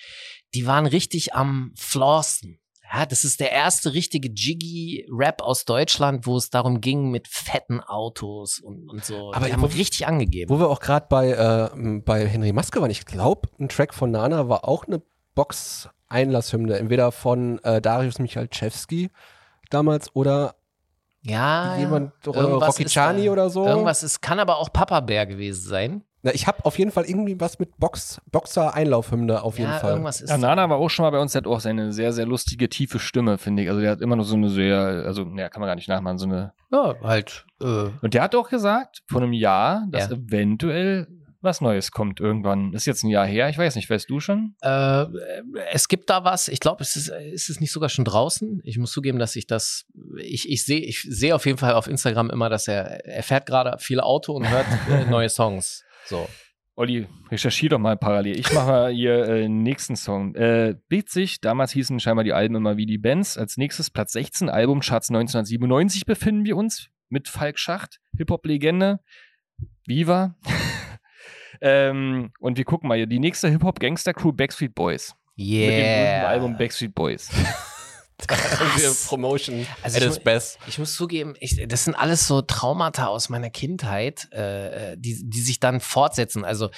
A: die waren richtig am Florsten. Ja, das ist der erste richtige Jiggy-Rap aus Deutschland, wo es darum ging mit fetten Autos und, und so.
D: Aber
A: die
D: ich
A: haben
D: muss-
A: richtig angegeben.
D: Wo wir auch gerade bei, äh, bei Henry Maske waren, ich glaube, ein Track von Nana war auch eine Box-Einlasshymne, entweder von äh, Darius Michalczewski damals oder
A: Ah, Ja,
D: jemand,
A: ja.
D: äh,
A: Irgendwas
D: Rocky
A: ist
D: Chani
A: da-
D: oder so.
A: Irgendwas ist, kann aber auch Papa Bär gewesen sein.
D: Na, ich habe auf jeden Fall irgendwie was mit Box, Boxer-Einlaufhymne auf jeden
A: ja,
D: Fall.
A: irgendwas ist.
E: Ja, Nana war auch schon mal bei uns, der hat auch seine sehr, sehr lustige, tiefe Stimme, finde ich. Also der hat immer nur so eine sehr, also, naja, kann man gar nicht nachmachen, so eine.
A: ja halt. Äh,
E: Und der hat auch gesagt, vor einem Jahr, dass
A: Ja.
E: eventuell was Neues kommt irgendwann. Ist jetzt ein Jahr her, ich weiß nicht, weißt du schon?
A: Äh, es gibt da was. Ich glaube, es ist, ist es nicht sogar schon draußen. Ich muss zugeben, dass ich das, ich, ich sehe, ich sehe auf jeden Fall auf Instagram immer, dass er, er fährt gerade viel Auto und hört äh, neue Songs. So.
E: Olli, recherchier doch mal parallel. Ich mache mal hier äh, nächsten Song. Äh, witzig, damals hießen scheinbar die Alben immer wie die Bands. Als nächstes Platz 16, Albumcharts 1997 befinden wir uns mit Falk Schacht, Hip-Hop-Legende, Viva. ähm, und wir gucken mal hier, die nächste Hip-Hop-Gangster-Crew Backstreet Boys. Mit dem berühmten
A: Yeah.
E: Album Backstreet Boys.
D: Irgendwie Promotion
A: Also
D: at
A: ich
D: its
A: mu-
D: best.
A: Ich muss zugeben, ich, das sind alles so Traumata aus meiner Kindheit, äh, die, die sich dann fortsetzen. Also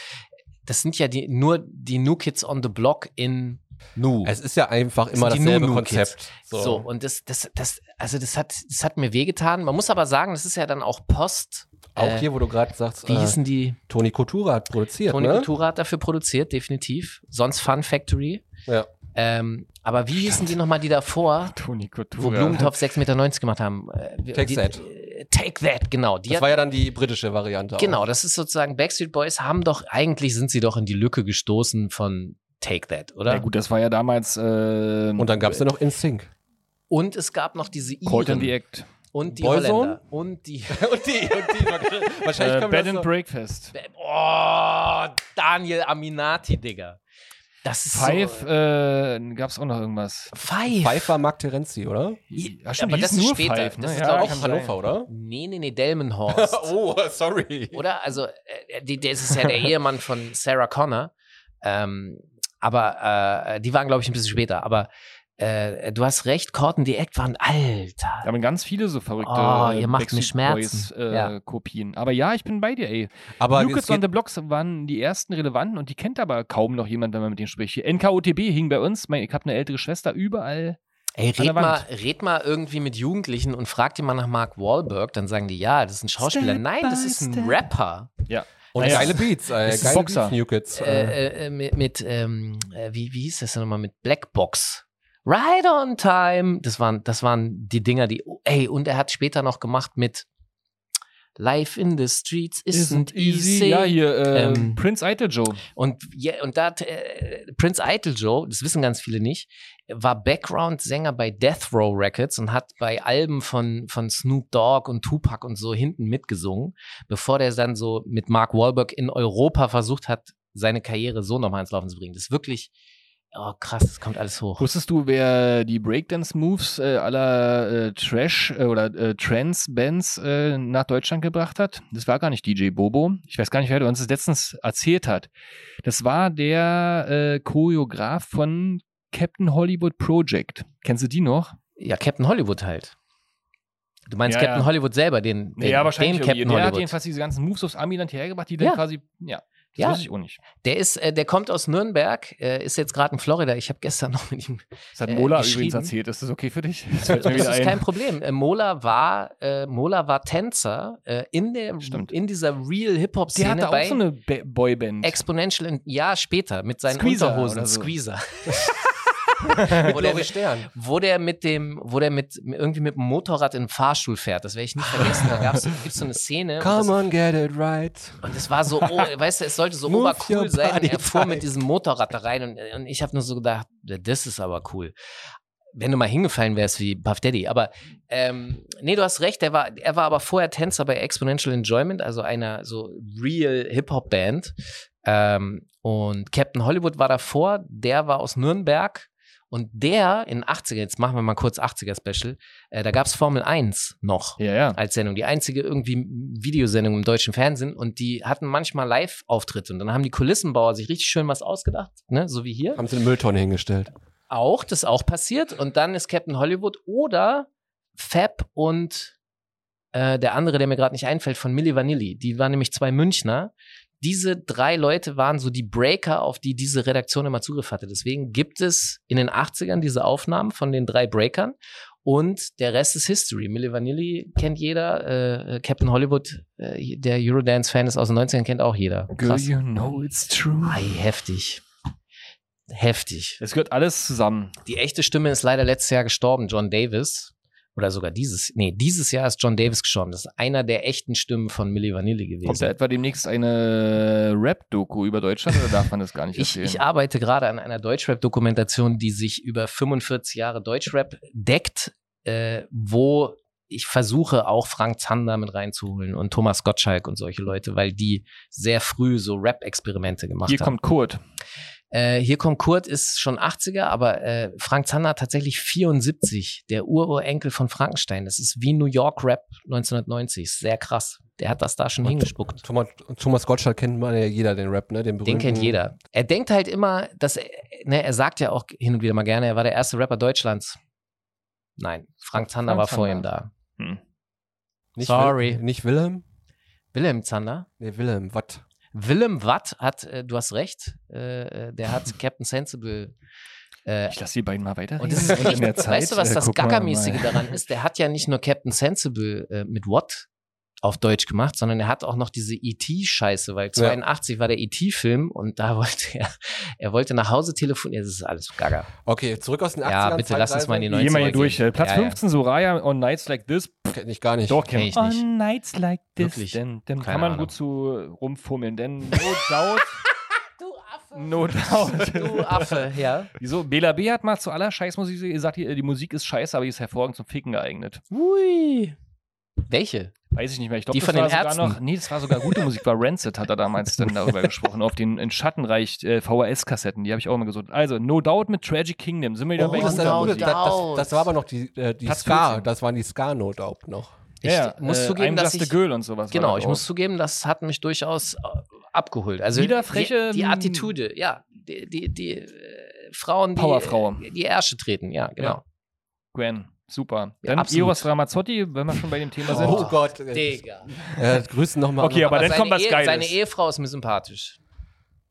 A: das sind ja die, nur die New Kids on the Block in Also, Nu.
D: Es ist ja einfach immer
A: sind die
D: dasselbe
A: Nu-Nu-Kids.
D: Konzept.
A: So. und das, das, das, also das hat, das hat mir wehgetan. Man muss aber sagen, das ist ja dann auch Post. äh,
D: Auch hier, wo du gerade sagst,
A: Wie
D: äh,
A: hießen die?
D: Toni Couture hat produziert,
A: Toni
D: ne?
A: Ventura hat dafür produziert, definitiv. Sonst Fun Factory.
D: Ja.
A: Ähm, aber wie hießen die nochmal, die davor,
E: Toni
A: wo
E: Couture.
A: Blumentopf 6,90 Meter gemacht haben? Äh, wir-
D: Take
A: die,
D: That.
A: äh, Take That, genau. Die
D: Das
A: hat,
D: war ja dann die britische Variante.
A: genau,
D: Auch.
A: das ist sozusagen, Backstreet Boys haben doch, eigentlich sind sie doch in die Lücke gestoßen von Take That, oder?
E: Ja gut, das war ja damals äh,
D: Und dann gab es ja noch InSync.
A: Und es gab noch diese
E: Caught in the
A: Iren
E: Act.
A: und die
D: Boyzone?
A: Holländer und die...
D: und die, und die.
E: Äh,
D: Wahrscheinlich
E: Bed and Breakfast.
A: Oh, Daniel Aminati, Digga. Das ist
E: Five,
A: so...
E: äh, gab es auch noch irgendwas.
A: Five.
D: Pfeiffer Mark Terenzi, oder?
E: Ja,
A: aber
E: die
A: das
E: hießen
A: ist ne? später. Das ist, glaub ich,
E: kann
D: Auch Hannover,
E: sein.
D: oder?
A: Nee, nee, nee, Delmenhorst.
D: oh, sorry.
A: Oder? Also, äh, die, das ist ja der Ehemann von Sarah Connor. Ähm, aber äh, die waren, glaube ich, ein bisschen später. Aber äh, du hast recht, Corten, die Act waren alter.
E: Da haben ganz viele so verrückte
A: Oh,
E: äh,
A: ihr macht mir
E: Backstreet
A: Schmerzen.
E: Boys, äh,
A: Ja.
E: Kopien. Aber ja, ich bin bei dir, ey.
D: Aber
E: New
D: es
E: Kids on
D: geht,
E: the Blocks waren die ersten relevanten und die kennt aber kaum noch jemand, wenn man mit denen spricht. Hier, NKOTB hing bei uns. Mein, ich habe eine ältere Schwester überall.
A: Ey,
E: An
A: red
E: der
A: mal,
E: Wand.
A: red mal irgendwie mit Jugendlichen und frag die mal nach Mark Wahlberg. Dann sagen die, ja, das ist ein Schauspieler.
E: Step
A: Nein, das
E: by
A: ist ein
E: step.
A: Rapper.
D: und
E: Naja.
D: geile Beats, äh,
E: Ah, Ist
D: geile
E: Boxer.
D: Beats, New Kids. Äh,
A: Äh, äh, mit, mit ähm, äh, wie, wie hieß das denn nochmal, mit Blackbox. Right on time. Das waren, das waren die Dinger, die, oh, ey, und er hat später noch gemacht mit Life in the Streets isn't, easy.
E: Ja, hier, äh,
A: Ähm.
E: Prince Eitel Joe.
A: Und, ja, und da, hat, äh, Prince Eitel Joe, das wissen ganz viele nicht, war Background-Sänger bei Death Row Records und hat bei Alben von, von Snoop Dogg und Tupac und so hinten mitgesungen, bevor der dann so mit Mark Wahlberg in Europa versucht hat, seine Karriere so nochmal ins Laufen zu bringen. Das ist wirklich, oh krass, das kommt alles hoch.
E: Wusstest du, wer die Breakdance-Moves äh, aller äh, Trash- äh, oder äh, Trance-Bands äh, nach Deutschland gebracht hat? Das war gar nicht DJ Bobo. Ich weiß gar nicht, wer der uns das letztens erzählt hat. Das war der äh, Choreograf von Captain Hollywood Project. Kennst du die noch?
A: Ja, Captain Hollywood halt. Du meinst
E: Ja,
A: Captain
E: ja.
A: Hollywood selber, den, den, den Captain
E: irgendwie. Der hat
A: Hollywood.
E: jedenfalls diese ganzen Moves aus Amiland hergebracht, die dann
A: Ja.
E: quasi, ja. Das
A: Ja.
E: weiß ich auch nicht.
A: Der ist, äh, der kommt aus Nürnberg, äh, ist jetzt gerade in Florida. Ich habe gestern noch mit ihm.
E: Das hat
A: Äh,
E: Mola übrigens
A: geschrieben.
E: erzählt. Ist das okay für dich? Das fällt mir
A: Das
E: wieder
A: ist
E: ein.
A: kein Problem. Äh, Mola war, äh, Mola war Tänzer äh, in der,
E: Stimmt.
A: in dieser Real Hip Hop
E: Der
A: Szene
E: hatte auch
A: bei
E: so eine Ba- Boyband.
A: Exponential ein Jahr später mit seinen
E: Squeezer
A: Unterhosen
E: oder so.
A: Squeezer.
D: Mit
A: Oder
D: Lori Stern.
A: Wo der mit dem, wo der mit irgendwie mit dem Motorrad in den Fahrstuhl fährt, das werde ich nicht vergessen. Da gab's, gibt's so eine Szene. und,
D: Come
A: das,
D: on, get it right.
A: und das war so, oh, weißt du, es sollte so
D: Move
A: obercool
D: your
A: sein.
D: body
A: Er fuhr
D: type.
A: mit diesem Motorrad da rein und, und ich habe nur so gedacht, das ist aber cool. Wenn du mal hingefallen wärst wie Puff Daddy, aber ähm, nee, du hast recht, er war, er war aber vorher Tänzer bei Exponential Enjoyment, also einer so real Hip-Hop-Band. Ähm, und Captain Hollywood war davor, der war aus Nürnberg und der in 80er, jetzt machen wir mal kurz 80er-Special, äh, da gab es Formel 1 noch
E: Ja, ja.
A: als Sendung, die einzige irgendwie Videosendung im deutschen Fernsehen und die hatten manchmal Live-Auftritte und dann haben die Kulissenbauer sich richtig schön was ausgedacht, ne? so wie hier
D: Haben sie eine Mülltonne hingestellt.
A: auch, das ist auch passiert. Und dann ist Captain Hollywood oder Fab und äh, der andere, der mir gerade nicht einfällt, von Milli Vanilli. Die waren nämlich zwei Münchner. Diese drei Leute waren so die Breaker, auf die diese Redaktion immer Zugriff hatte. Deswegen gibt es in den 80ern diese Aufnahmen von den drei Breakern und der Rest ist History. Milli Vanilli kennt jeder, äh, Captain Hollywood, äh, der Eurodance-Fan ist aus den 90ern, kennt auch jeder.
E: Girl,
A: Krass.
E: you know it's true.
A: Ei, heftig. Heftig.
E: Es gehört alles zusammen.
A: Die echte Stimme ist leider letztes Jahr gestorben, John Davis. Oder sogar dieses, nee, dieses Jahr ist John Davis gestorben. Das ist einer der echten Stimmen von Milli Vanilli
E: Kommt da
A: gewesen.
E: etwa demnächst eine Rap-Doku über Deutschland oder darf man das gar nicht
A: Ich,
E: erzählen?
A: ich arbeite gerade an einer Deutschrap-Dokumentation, die sich über 45 Jahre Deutschrap deckt, äh, wo ich versuche auch Frank Zander mit reinzuholen und Thomas Gottschalk und solche Leute, weil die sehr früh so Rap-Experimente gemacht
E: Hier
A: haben.
E: kommt Kurt.
A: Äh, hier kommt Kurt, ist schon 80er, aber äh, Frank Zander hat tatsächlich 74, der Ururenkel von Frankenstein. Das ist wie New York Rap 1990. Sehr krass. Der hat das da schon hingespuckt.
D: Thomas, Thomas Gottschalk kennt mal ja jeder den Rap, ne? Den,
A: Den
D: berühmten-
A: kennt jeder. Er denkt halt immer, dass er, ne, er sagt ja auch hin und wieder mal gerne, er war der erste Rapper Deutschlands. Nein, Frank Zander
E: Frank
A: war vor ihm
E: Zander.
A: da.
E: Hm.
D: Nicht
A: Sorry.
D: Wil nicht Wilhelm?
A: Wilhelm Zander.
D: Nee, Wilhelm, wat?
A: Willem Watt hat, äh, du hast recht, äh, äh, der hat Captain Sensible äh,
E: Ich lasse die beiden mal weiter.
A: Und das ist echt, weißt du, was das Gackermäßige
E: da
A: daran ist? Der hat ja nicht nur Captain Sensible äh, mit What auf Deutsch gemacht, sondern er hat auch noch diese E.T.-Scheiße, weil 82 war der E.T.-Film und da wollte er, er wollte nach Hause telefonieren, das ist alles Gaga.
D: Okay, zurück aus den 80ern.
A: Ja, bitte lass uns mal in die
E: Geh mal hier
A: 90er
E: durch.
A: gehen.
E: äh, Platz
A: Ja, ja.
E: 15, Soraya, On Nights Like This.
D: Kenn ich gar nicht.
E: Doch,
A: kenn ich nicht.
E: On Nights Like This.
A: Wirklich?
E: Denn, dem
A: Keine
E: kann man
A: Ahnung.
E: gut zu rumfummeln, denn no doubt. No doubt.
A: Du Affe, ja.
E: Wieso? Bela B. hat mal zu aller Scheißmusik gesagt, die, die Musik ist scheiße, aber die ist hervorragend zum Ficken geeignet.
A: Ui. Welche?
E: Weiß ich nicht mehr. Ich glaube,
A: Die von
E: das war
A: den
E: sogar
A: Ärzten.
E: noch. Nee, das war sogar gute Musik. War Rancid, hat er damals dann darüber gesprochen. Auf den in Schattenreich äh, VHS-Kassetten. Die habe ich auch immer gesucht. Also, No Doubt mit Tragic Kingdom. Sind wir wieder
A: Oh,
E: bei
D: das, ist
E: guter
D: der
A: No
D: gute-
E: Musik.
D: das, das,
A: Doubt.
D: das war aber noch die, äh, die
E: Platz
D: Ska,
E: 14.
D: das waren die Ska-Not-Up noch.
A: Ich
E: Ja,
A: muss
E: äh,
A: zugeben,
E: I'm
A: dass
E: Just
A: ich-
E: a Girl und sowas. war
A: Genau,
E: das
A: ich
E: auch.
A: muss zugeben, das hat mich durchaus äh, abgeholt. Also
E: Wieder freche-
A: die, die Attitüde, ja, die die, die äh, Frauen, die äh,
E: Powerfrau.
A: die Ärsche treten, ja, genau.
E: Gwen, super.
A: Ja,
E: Dann
A: absolut.
E: Eros Ramazzotti, wenn wir schon bei dem Thema sind.
D: Oh, Gott. Äh,
A: Digga.
D: äh, grüßen nochmal.
E: Okay, aber- dann
A: seine
E: kommt was
A: Ehe,
E: Geiles.
A: Seine Ehefrau ist mir sympathisch.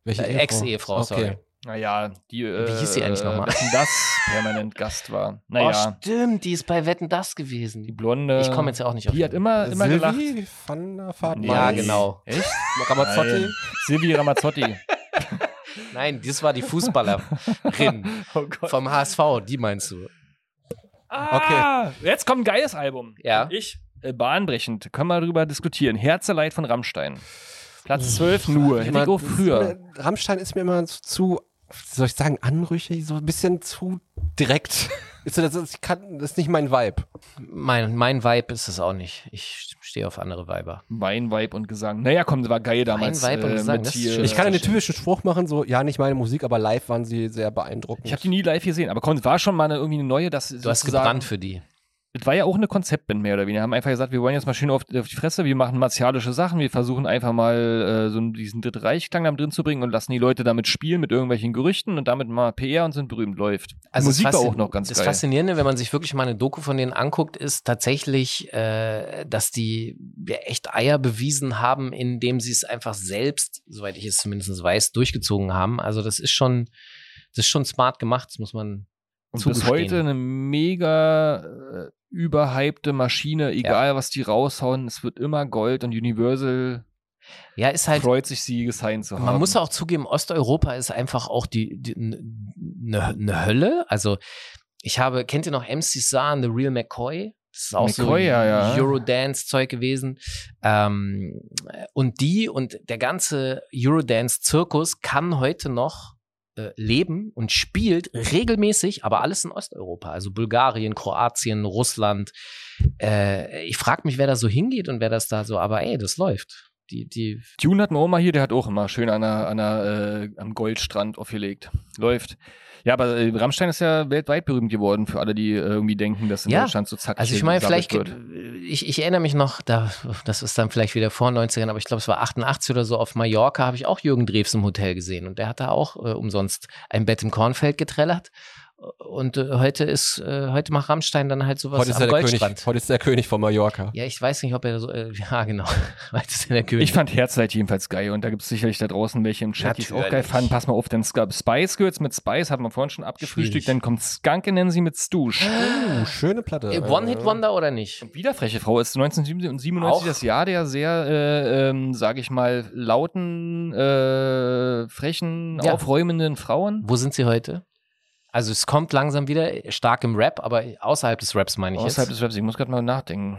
D: Welche
A: äh,
D: Ehefrau?
A: Ex-Ehefrau, sorry.
E: Naja, die. Äh,
A: hieß sie eigentlich nochmal?
E: wessen das permanent Gast war. Naja,
A: Oh, stimmt, die ist bei Wetten das gewesen.
E: die Blonde.
A: ich komme jetzt auch nicht auf
E: Die hat immer, Äh, immer gelacht.
D: Sylvie van der Vaart
A: Ja,
D: Maas.
A: genau.
E: Echt?
D: Ramazzotti?
E: Nein. Silvi Ramazzotti.
A: Nein, das war die Fußballerin
E: Oh Gott.
A: vom HSV, die meinst du.
E: Ah, Jetzt kommt ein geiles Album.
A: Ja.
E: Ich. Äh, bahnbrechend. Können wir darüber diskutieren. Herzeleid von Rammstein. Platz 12 nur. Hätte ich
D: Immer-
E: auch früher.
D: Äh, Rammstein ist mir immer zu, zu, soll ich sagen, anrüchig, so ein bisschen zu direkt. Ist so, das, ist- ich kann, das ist nicht mein Vibe.
A: Mein, mein Vibe ist es auch nicht. Ich stehe auf andere Weiber.
E: Weinweib und Gesang. Naja, komm, das war geil damals. äh,
A: Wein, Weib und Gesang,
E: mit
A: das ist
E: hier-
A: schön.
D: Ich kann einen
A: verstehe.
D: typischen Spruch machen, so, ja, nicht meine Musik, aber live waren sie sehr beeindruckend.
E: Ich habe die nie live gesehen, aber komm, es war schon mal eine, irgendwie eine neue, dass
A: Du hast gebrannt für die.
E: es war ja auch eine Konzeptband mehr oder weniger. Haben einfach gesagt, wir wollen jetzt mal schön auf, auf die Fresse, wir machen martialische Sachen, wir versuchen einfach mal äh, so diesen Drittreichklang damit drin zu bringen und lassen die Leute damit spielen mit irgendwelchen Gerüchten und damit mal PR und sind berühmt, läuft. Musik war
A: das Faszi-
E: auch noch ganz
A: Also Das
E: geil.
A: Faszinierende, wenn man sich wirklich mal eine Doku von denen anguckt, ist tatsächlich, äh, dass die ja, echt Eier bewiesen haben, indem sie es einfach selbst, soweit ich es zumindest weiß, durchgezogen haben. Also das ist schon, das ist schon smart gemacht, das muss man
E: Und bis
A: zugestehen.
E: heute eine mega äh, überhypte Maschine, egal was die raushauen, es wird immer Gold und Universal
A: Ja, ist halt,
E: freut sich, sie gesigned zu haben.
A: Man muss auch zugeben, Osteuropa ist einfach auch die, die eine ne Hölle. Also ich habe, kennt ihr noch MC Saar und The Real McCoy? Das ist auch so
E: McCoy, ja, ja.
A: Eurodance-Zeug gewesen. Ähm, und die und der ganze Eurodance-Zirkus kann heute noch äh, leben und spielt regelmäßig, aber alles in Osteuropa. Also Bulgarien, Kroatien, Russland. Äh, ich frage mich, wer da so hingeht und wer das da so, aber ey, das läuft. Die, die
E: Dune hat eine Oma hier, der hat auch immer schön an der, an der, äh, am Goldstrand aufgelegt. Läuft. Ja, aber äh, Rammstein ist ja weltweit berühmt geworden für alle, die äh, irgendwie denken, dass in
A: Ja.
E: Deutschland so zack.
A: Also ich
E: hier
A: meine,
E: gesammelt
A: vielleicht, ich, ich erinnere mich noch, da, das ist dann vielleicht wieder vor 90ern, aber ich glaube, es war 88 oder so, auf Mallorca habe ich auch Jürgen Drews im Hotel gesehen und der hat da auch äh, umsonst ein Bett im Kornfeld getrellert. Und äh, heute ist, äh, heute macht Rammstein dann halt sowas
D: Heute ist,
A: am
D: er der König,
A: Goldstrand.
D: heute ist er der König von Mallorca.
A: Ja, ich weiß nicht, ob er so, äh, ja genau, heute ist er der
E: wird.
A: König.
E: Ich fand Herzleid jedenfalls geil und da gibt es sicherlich da draußen welche im Chat, die es auch geil
A: Natürlich.
E: fanden. Pass mal auf, denn es gab Spice Girls mit Spice, haben wir vorhin schon abgefrühstückt,
A: Schwierig.
E: dann kommt Skunk nennen sie mit Stoosh.
D: Oh, schöne Platte.
A: Äh, One-Hit-Wonder oder nicht?
E: Wieder freche Frau ist 1997
A: Auch?
E: das Jahr der sehr, äh, ähm, sage ich mal, lauten, äh, frechen,
A: Ja.
E: aufräumenden Frauen.
A: Wo sind sie heute? Also es kommt langsam wieder, stark im Rap, aber außerhalb des Raps meine ich
E: Außerhalb
A: jetzt.
E: des Raps, ich muss gerade mal nachdenken.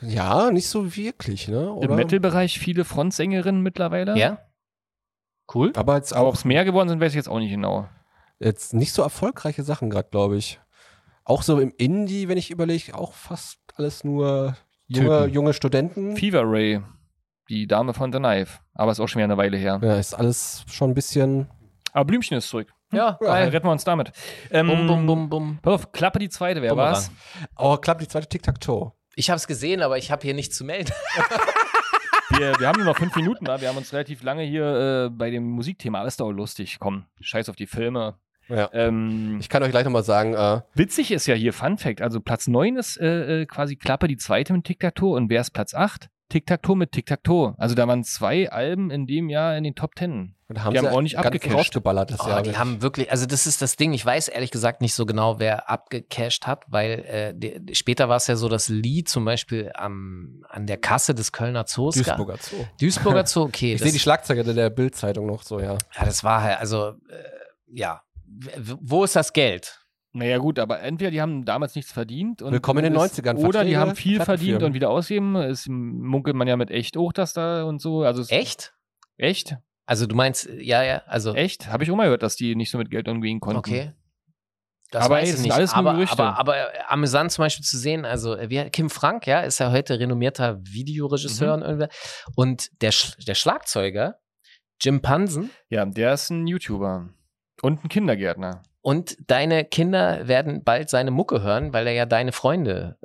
D: Ja, nicht so wirklich, ne? Oder?
E: Im Metal-Bereich viele Frontsängerinnen mittlerweile.
A: ja? Cool.
D: Aber jetzt
E: Aber
D: auch
E: ob es mehr geworden sind, weiß ich jetzt auch nicht genau.
D: jetzt nicht so erfolgreiche Sachen gerade, glaube ich. Auch so im Indie, wenn ich überlege, auch fast alles nur junge,
E: Typen.
D: junge Studenten.
E: Fever Ray, die Dame von The Knife. Aber ist auch schon wieder eine Weile her.
D: Ja, ist alles schon ein bisschen.
E: Aber Blümchen ist zurück.
A: Ja,
E: Ja,
A: geil.
E: retten wir uns damit. Ähm,
A: Bum, bum, bum, bum.
E: Pass auf, Klappe die zweite, wer
A: Bumerang.
E: war's?
D: Oh, klappt die zweite Tic-Tac-Toe.
A: Ich habe es gesehen, aber ich habe hier nichts zu melden.
E: Wir, wir haben nur noch fünf Minuten, ne? wir haben uns relativ lange hier äh, bei dem Musikthema. Aber ist doch lustig, komm, scheiß auf die Filme.
D: Ja.
E: Ähm,
D: Ich kann euch gleich nochmal sagen, äh,
E: witzig ist ja hier, Fun Fact, also Platz 9 ist äh, äh, quasi Klappe die zweite mit Tic-Tac-Toe und wer ist Platz 8? Tic-Tac-Toe mit Tic-Tac-Toe. Also da waren zwei Alben in dem Jahr in den Top 10.
D: da haben
E: Die
D: sie
E: haben ordentlich
D: ganz gut
E: abgecasht.
D: rausgeballert das
A: Oh,
D: Jahr.
A: die haben wirklich, also das ist das Ding. Ich weiß ehrlich gesagt nicht so genau, wer abgecasht hat, weil äh, die, die- später war es ja so, dass Lee zum Beispiel am, an der Kasse des Kölner Zoos gab-
D: Duisburger Zoo.
A: Duisburger Zoo, okay.
D: Ich
A: das,
D: sehe die Schlagzeile der Bild-Zeitung noch so, ja.
A: ja, das war halt, also äh, ja, W- wo ist das Geld?
E: Naja gut, aber entweder die haben damals nichts verdient. Und
D: Willkommen in den
E: das-
D: 90ern,
E: Oder die
D: Verträge,
E: haben viel
D: Plattenfirmen.
E: verdient und wieder ausgeben. Es munkelt man ja mit echt auch das da und so. Also es-
A: Echt?
E: Echt?
A: Also du meinst, ja, ja, also
E: Echt? Habe ich auch mal gehört, dass die nicht so mit Geld umgehen konnten.
A: okay. Das
E: Aber ey,
A: weiß
E: das
A: ich
E: sind
A: nicht.
E: alles nur
A: aber,
E: Gerüchte.
A: aber, aber äh, amüsant zum Beispiel zu sehen, also äh, wie, Kim Frank, ja, ist ja heute renommierter Videoregisseur
E: Mhm.
A: und irgendwie. Und der, Sch der Schlagzeuger, Jim Pansen,
E: Ja, der ist ein YouTuber. Und ein Kindergärtner.
A: und deine Kinder werden bald seine Mucke hören, weil er ja deine Freunde.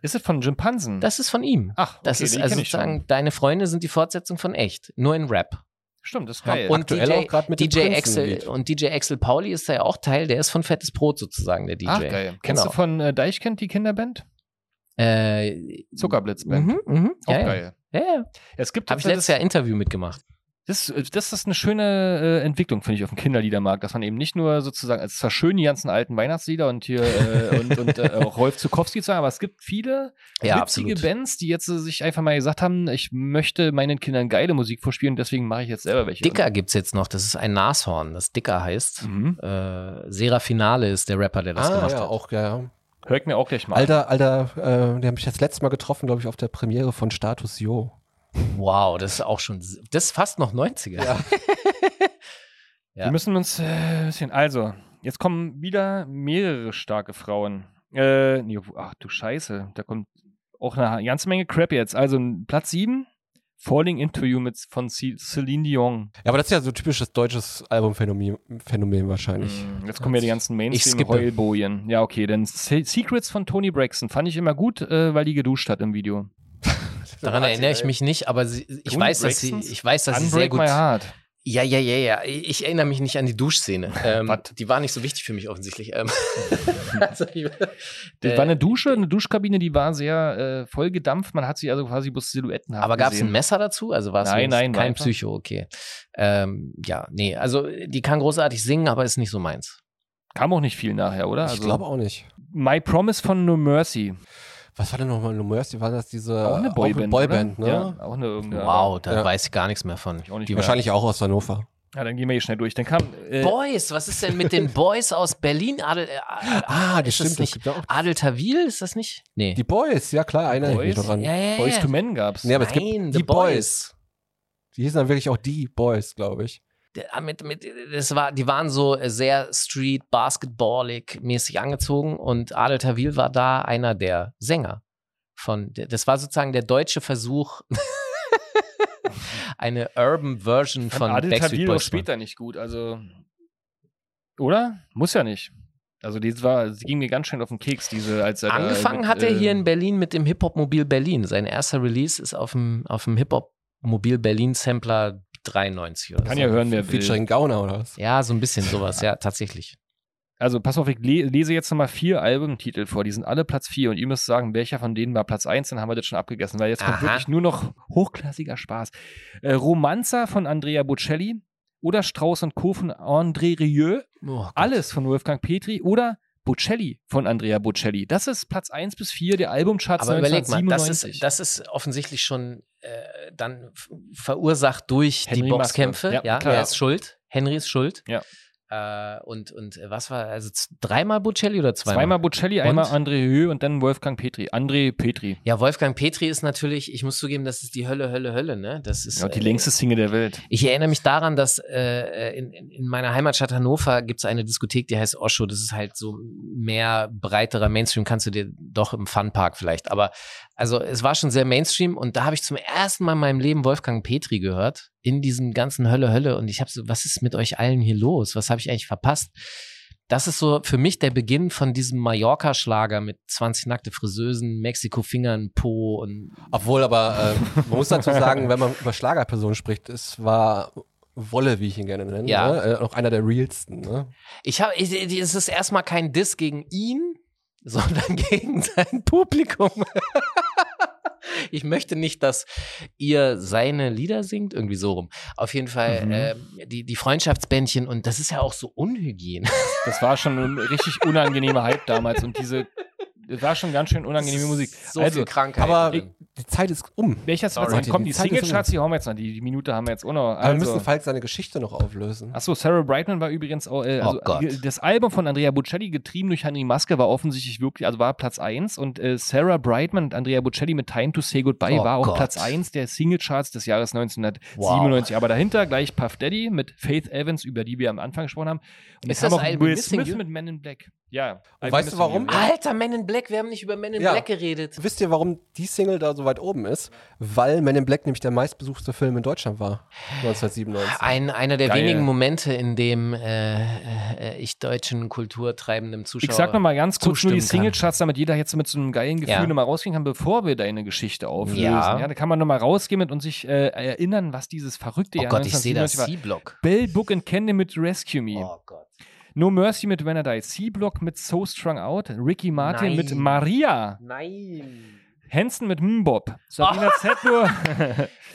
E: Ist es von Jimpansen?
A: Äh, das ist von ihm.
E: Ach, okay,
A: Das ist
E: den
A: also
E: kenn ich
A: sozusagen,
E: schon.
A: deine Freunde sind die Fortsetzung von echt. Nur in Rap.
E: Stimmt, das ist geil.
A: Und
D: Aktuell
A: DJ
D: auch gerade mit
A: DJ
D: dem
A: Axel
D: Prinzenlied.
A: und DJ Axel Pauli ist da ja auch Teil, der ist von Fettes Brot sozusagen, der DJ.
E: Ach, geil. Kennst du
A: Genau.
E: von äh, Deichkind die Kinderband?
A: Äh,
E: Zuckerblitzband.
A: mhm, mhm,
E: Auch
A: ja, ja.
E: geil.
A: Ja, ja.
E: Es gibt
A: Habe ich
E: tatsächlich-
A: letztes Jahr ein Interview mitgemacht.
E: Das, das ist eine schöne äh, Entwicklung, finde ich, auf dem Kinderliedermarkt, dass man eben nicht nur sozusagen, es ist zwar schön, die ganzen alten Weihnachtslieder und hier äh, und, und äh, auch Rolf Zukowski zu haben, aber es gibt viele
A: Ja,
E: witzige
A: absolut.
E: Bands, die jetzt äh, sich einfach mal gesagt haben, ich möchte meinen Kindern geile Musik vorspielen, deswegen mache ich jetzt selber welche.
A: Dicker gibt's jetzt noch, das ist ein Nashorn, das Dicker heißt.
E: Mhm.
A: Äh, Serafinale ist der Rapper, der das
D: Ah,
A: gemacht
D: ja,
A: hat.
D: auch, ja. ja.
E: Hör ich mir auch gleich mal. an.
D: Alter, alter, äh, den habe ich das letzte Mal getroffen, glaube ich, auf der Premiere von Status Yo.
A: Wow, das ist auch schon, das ist fast noch 90er. ja.
E: Wir müssen uns äh, ein bisschen. Also, jetzt kommen wieder mehrere starke Frauen. Äh, nee, obwohl- ach du Scheiße, da kommt auch eine ganze Menge Crap jetzt. Also Platz 7, Falling Into You mit, von C Celine Dion.
D: Ja, aber das ist ja so typisches deutsches Albumphänomen Phänomen wahrscheinlich.
E: Mm, Jetzt kommen ja die ganzen
A: skippe.
E: Mainstream-Heulbojen. Ja, okay, dann Se Secrets von Tony Braxton fand ich immer gut, äh, weil die geduscht hat im Video.
A: Daran erinnere ich mich nicht, aber sie, ich,
E: Toni
A: weiß, dass sie,
E: Braxtons
A: ich weiß, dass sie sehr
E: Unbreak
A: gut.
E: My Heart.
A: Ja, ja, ja, ja. Ich erinnere mich nicht an die Duschszene. Ähm,
E: Was?
A: die war nicht so wichtig für mich offensichtlich. Ähm, also ich,
E: Das
A: äh,
E: war eine Dusche, eine Duschkabine, die war sehr äh, voll gedampft. Man hat sie also quasi bloß Silhouetten
A: aber gab es ein
E: gesehen.
A: Messer dazu? Also war es
E: Nein,
A: wenigstens
E: nein, war
A: kein
E: einfach-
A: Psycho, okay. Ähm, ja, nee, also die kann großartig singen, aber ist nicht so meins.
E: Kam auch nicht viel nachher, oder? Also,
D: ich glaube auch nicht.
E: My Promise von No Mercy.
D: Was war denn nochmal No Mercy? War das
A: Äh,
D: diese
E: Auch eine Boyband.
D: Boyband
E: oder?
D: ne?
E: Ja, auch eine irgendeine.
A: Wow, da
D: Ja.
A: weiß ich gar nichts mehr von.
E: Ich auch nicht
A: Die
E: mehr.
D: Wahrscheinlich auch aus Hannover.
E: Ja, dann gehen wir hier schnell durch. Dann kam. Äh,
A: Boys, was ist denn mit den Boys aus Berlin? Adel, äh,
D: Ah, das
A: ist
D: stimmt.
A: das nicht
D: gibt ja auch
A: Adeltawil, ist das nicht? Nee.
D: die Boys, ja klar, einer
E: Boys?
D: Boys? daran.
A: ja, ja,
E: Boys
A: ja.
E: to Men gab's.
D: Nee, aber es gibt
A: Nein,
D: die
A: The
D: Boys. Die hießen dann wirklich auch die Boys, glaube ich.
A: Der- ah, Mit, mit, das war, die waren so äh, sehr Street Basketballig mäßig angezogen und Adel Tawil war da einer der Sänger von. der- Das war sozusagen der deutsche Versuch, eine Urban Version
E: Fand
A: von
E: Adel
A: Backstreet
E: Tawil auch
A: Boys. ne?
E: später nicht gut. Also. Oder? Muss ja nicht. Also, die war, sie ging mir ganz schön auf den Keks, diese als er da
A: Angefangen
E: mit,
A: hat er
E: äh,
A: hier in Berlin mit dem Hip-Hop-Mobil Berlin. Sein erster Release ist auf dem, auf dem Hip-Hop-Mobil Berlin-Sampler 93 oder
E: Kann
A: so.
E: ja hören, wer will.
D: Featuring Gauner oder was?
A: Ja, so ein bisschen sowas, ja, tatsächlich.
E: Also pass auf, ich le lese jetzt nochmal vier Albumtitel vor. Die sind alle Platz vier und ihr müsst sagen, welcher von denen war Platz eins, dann haben wir das schon abgegessen, weil jetzt kommt
A: Aha.
E: wirklich nur noch hochklassiger Spaß. Äh, Romanza von Andrea Bocelli oder Strauss und Co. von André Rieu, alles von Wolfgang Petri oder Bocelli von Andrea Bocelli. Das ist Platz eins bis vier der Albumcharts
A: Aber überleg mal, das
E: 1997.
A: ist, das ist offensichtlich schon äh, dann f- verursacht durch die
E: Henry
A: Boxkämpfe.
E: Maske.
A: Ja,
E: Ja, klar.
A: er ist schuld. Henry ist schuld.
E: Ja.
A: Äh, und, und äh, was war, also z- dreimal Bocelli oder zweimal?
E: Zweimal Bocelli,
A: Und?
E: einmal André Rieu und dann Wolfgang Petri. André Petri.
A: Ja, Wolfgang Petri ist natürlich, ich muss zugeben, das ist die Hölle, Hölle, Hölle, ne? Das ist
E: Ja, die
A: äh,
E: längste Single der Welt.
A: Ich erinnere mich daran, dass äh, in, in- in meiner Heimatstadt Hannover gibt es eine Diskothek, die heißt Osho. Das ist halt so mehr breiterer Mainstream, kannst du dir doch im Funpark vielleicht. Aber also es war schon sehr Mainstream und da habe ich zum ersten Mal in meinem Leben Wolfgang Petri gehört, in diesem ganzen Hölle, Hölle. Und ich habe so, was ist mit euch allen hier los? Was habe ich eigentlich verpasst? Das ist so für mich der Beginn von diesem Mallorca-Schlager mit 20 nackte Friseusen, Mexiko-Fingern, Po und
D: Obwohl, aber äh, man muss dazu sagen, wenn man über Schlagerpersonen spricht, es war Wolle, wie ich ihn gerne nenne,
A: Ja.
D: ne? äh, auch einer der realsten. Ne?
A: Ich habe, ich- ich- es ist erstmal kein Diss gegen ihn, sondern gegen sein Publikum. Ich möchte nicht, dass ihr seine Lieder singt, irgendwie so rum. Auf jeden Fall
E: Mhm.
A: ähm, die, die Freundschaftsbändchen und das ist ja auch so unhygienisch.
E: Das war schon ein richtig unangenehmer Hype damals und diese das war schon ganz schön unangenehme Musik.
A: So
E: also,
A: viel Krankheit.
D: Aber
A: drin.
D: die Zeit ist um.
E: welcher Song
D: Sorry.
E: kommt? Die
D: Die Zeit ist
A: um.
E: Single-Charts, die haben wir jetzt noch. Die, die Minute haben wir jetzt auch noch.
D: Aber wir
E: Also,
D: müssen Falk seine Geschichte noch auflösen.
E: Achso, Sarah Brightman war übrigens auch, äh,
A: Oh
E: also,
A: Gott.
E: äh, das Album von Andrea Bocelli, getrieben durch Henry Maske, war offensichtlich wirklich, also war Platz 1 und äh, Sarah Brightman und Andrea Bocelli mit Time to Say Goodbye
A: Oh
E: war auch
A: Gott.
E: Platz 1 der Singlecharts des Jahres 1997. Aber dahinter gleich Puff Daddy mit Faith Evans, über die wir am Anfang gesprochen haben. Und
A: Ist
E: dann kam
A: das
E: auch
A: Album
E: Will
A: Missing
E: Smith
A: You?
E: mit Men in Black. Ja.
D: Und
E: Album
D: weißt du
E: Missing
D: warum?
E: You, ja.
A: Alter, Men in Black, wir haben nicht über Men in
D: Ja.
A: Black geredet.
D: Wisst ihr, warum die Single da so weit oben ist? Weil Men in Black nämlich der meistbesuchte Film in Deutschland war. 1997.
A: Ein, einer der
E: Geil.
A: wenigen Momente, in dem äh, äh, ich deutschen kulturtreibendem Zuschauer.
E: Ich sag nochmal ganz kurz nur die
A: zustimmen kann.
E: Singlecharts, damit jeder jetzt mit so einem geilen Gefühl
A: Ja.
E: nochmal rausgehen kann, bevor wir deine Geschichte auflösen.
A: Ja.
E: Ja. da kann man nochmal rausgehen mit und sich äh, erinnern, was dieses verrückte
A: Oh
E: Jahr
A: Gott, ich sehe das
E: 1997 war.
A: C-Block.
E: Bell, Book and Candy mit Rescue Me.
A: Oh Gott.
E: No Mercy mit When I Die. C-Block mit So Strung Out. Ricky Martin
A: Nein.
E: mit Maria.
A: Nein.
E: Hanson mit Mbop. Sabina Zettler.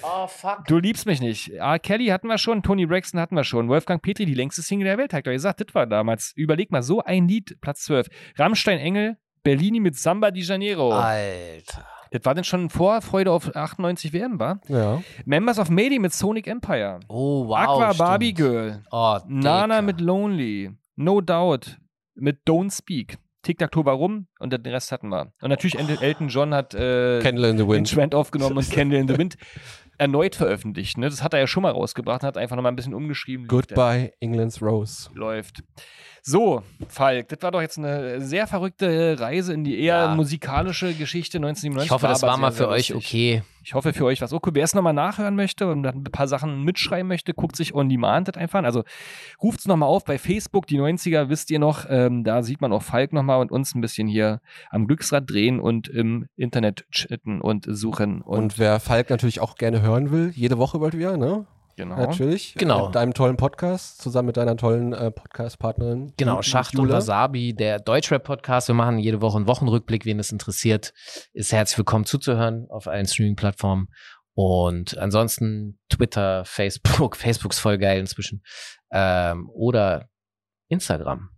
A: Oh fuck.
E: Du liebst mich nicht. R. Kelly hatten wir schon, Tony Braxton hatten wir schon, Wolfgang Petri, die längste Single der Welt, hat er gesagt, das war damals. Überleg mal, so ein Lied, Platz 12. Rammstein Engel, Berlini mit Samba di Janeiro.
A: Ah. Alter.
E: Das war denn schon Vorfreude auf 98 WM, war?
D: Ja.
E: Members of Mayday mit Sonic Empire.
A: Oh wow.
E: Aqua
A: stimmt.
E: Barbie Girl.
A: Oh,
E: Nana
A: Dicker.
E: mit Lonely. No Doubt mit Don't Speak. Tic Tac Toe warum? Und den Rest hatten wir. Und natürlich Elton John hat äh,
D: Candle in the
E: den
D: Wind.
E: Trend aufgenommen und Candle in the Wind. erneut veröffentlicht. Ne? Das hat er ja schon mal rausgebracht und hat einfach nochmal ein bisschen umgeschrieben. lief der.
D: Goodbye, England's Rose.
E: Läuft. So, Falk, das war doch jetzt eine sehr verrückte Reise in die eher
A: Ja.
E: musikalische Geschichte 1997.
A: Ich hoffe, das
E: aber
A: war mal
E: sehr,
A: für
E: sehr
A: euch
E: lustig.
A: okay.
E: Ich hoffe für euch was. Okay, wer es nochmal nachhören möchte und dann ein paar Sachen mitschreiben möchte, guckt sich On Demand das einfach an. Also ruft es nochmal auf bei Facebook, die 90er, wisst ihr noch. Ähm, da sieht man auch Falk nochmal und uns ein bisschen hier am Glücksrad drehen und im Internet chatten und suchen.
D: Und,
E: Und,
D: wer Falk natürlich auch gerne hören will, jede Woche bald wieder, ne?
E: genau.
D: Natürlich.
A: Genau.
D: Mit deinem tollen Podcast, zusammen mit deiner tollen äh, Podcast-Partnerin.
A: Genau,
D: Ju-
A: Schacht und
D: Jule.
A: Wasabi, der Deutschrap-Podcast. Wir machen jede Woche einen Wochenrückblick. Wen es interessiert, ist herzlich willkommen zuzuhören auf allen Streaming-Plattformen. Und ansonsten Twitter, Facebook. Facebook ist voll geil inzwischen. Ähm, oder Instagram.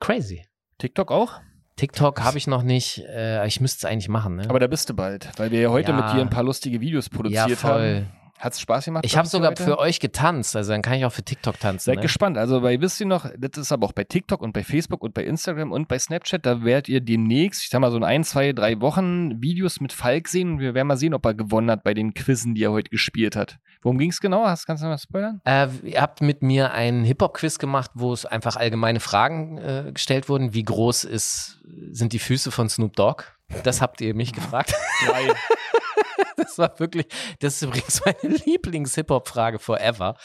A: Crazy.
E: TikTok auch?
A: TikTok habe ich noch nicht. Äh, ich müsste es eigentlich machen. Ne?
E: Aber da bist du bald, weil wir ja heute
A: Ja.
E: mit dir ein paar lustige Videos produziert
A: ja, voll.
E: haben. Hat's Spaß gemacht?
A: Ich
E: glaubst
A: habe
E: du,
A: sogar
E: heute?
A: für euch getanzt. Also dann kann ich auch für TikTok tanzen.
E: Seid
A: Ne?
E: gespannt. Also bei wisst ihr noch, das ist aber auch bei TikTok und bei Facebook und bei Instagram und bei Snapchat, da werdet ihr demnächst, ich sag mal so in ein, zwei, drei Wochen Videos mit Falk sehen und wir werden mal sehen, ob er gewonnen hat bei den Quizzen, die er heute gespielt hat. Worum ging's genau? Hast kannst du noch mal spoilern?
A: Äh, ihr habt mit mir einen Hip-Hop-Quiz gemacht, wo es einfach allgemeine Fragen äh, gestellt wurden. Wie groß ist, sind die Füße von Snoop Dogg? Das habt ihr mich gefragt.
E: Drei.
A: Das war wirklich, das ist übrigens meine Lieblings-Hip-Hop-Frage forever.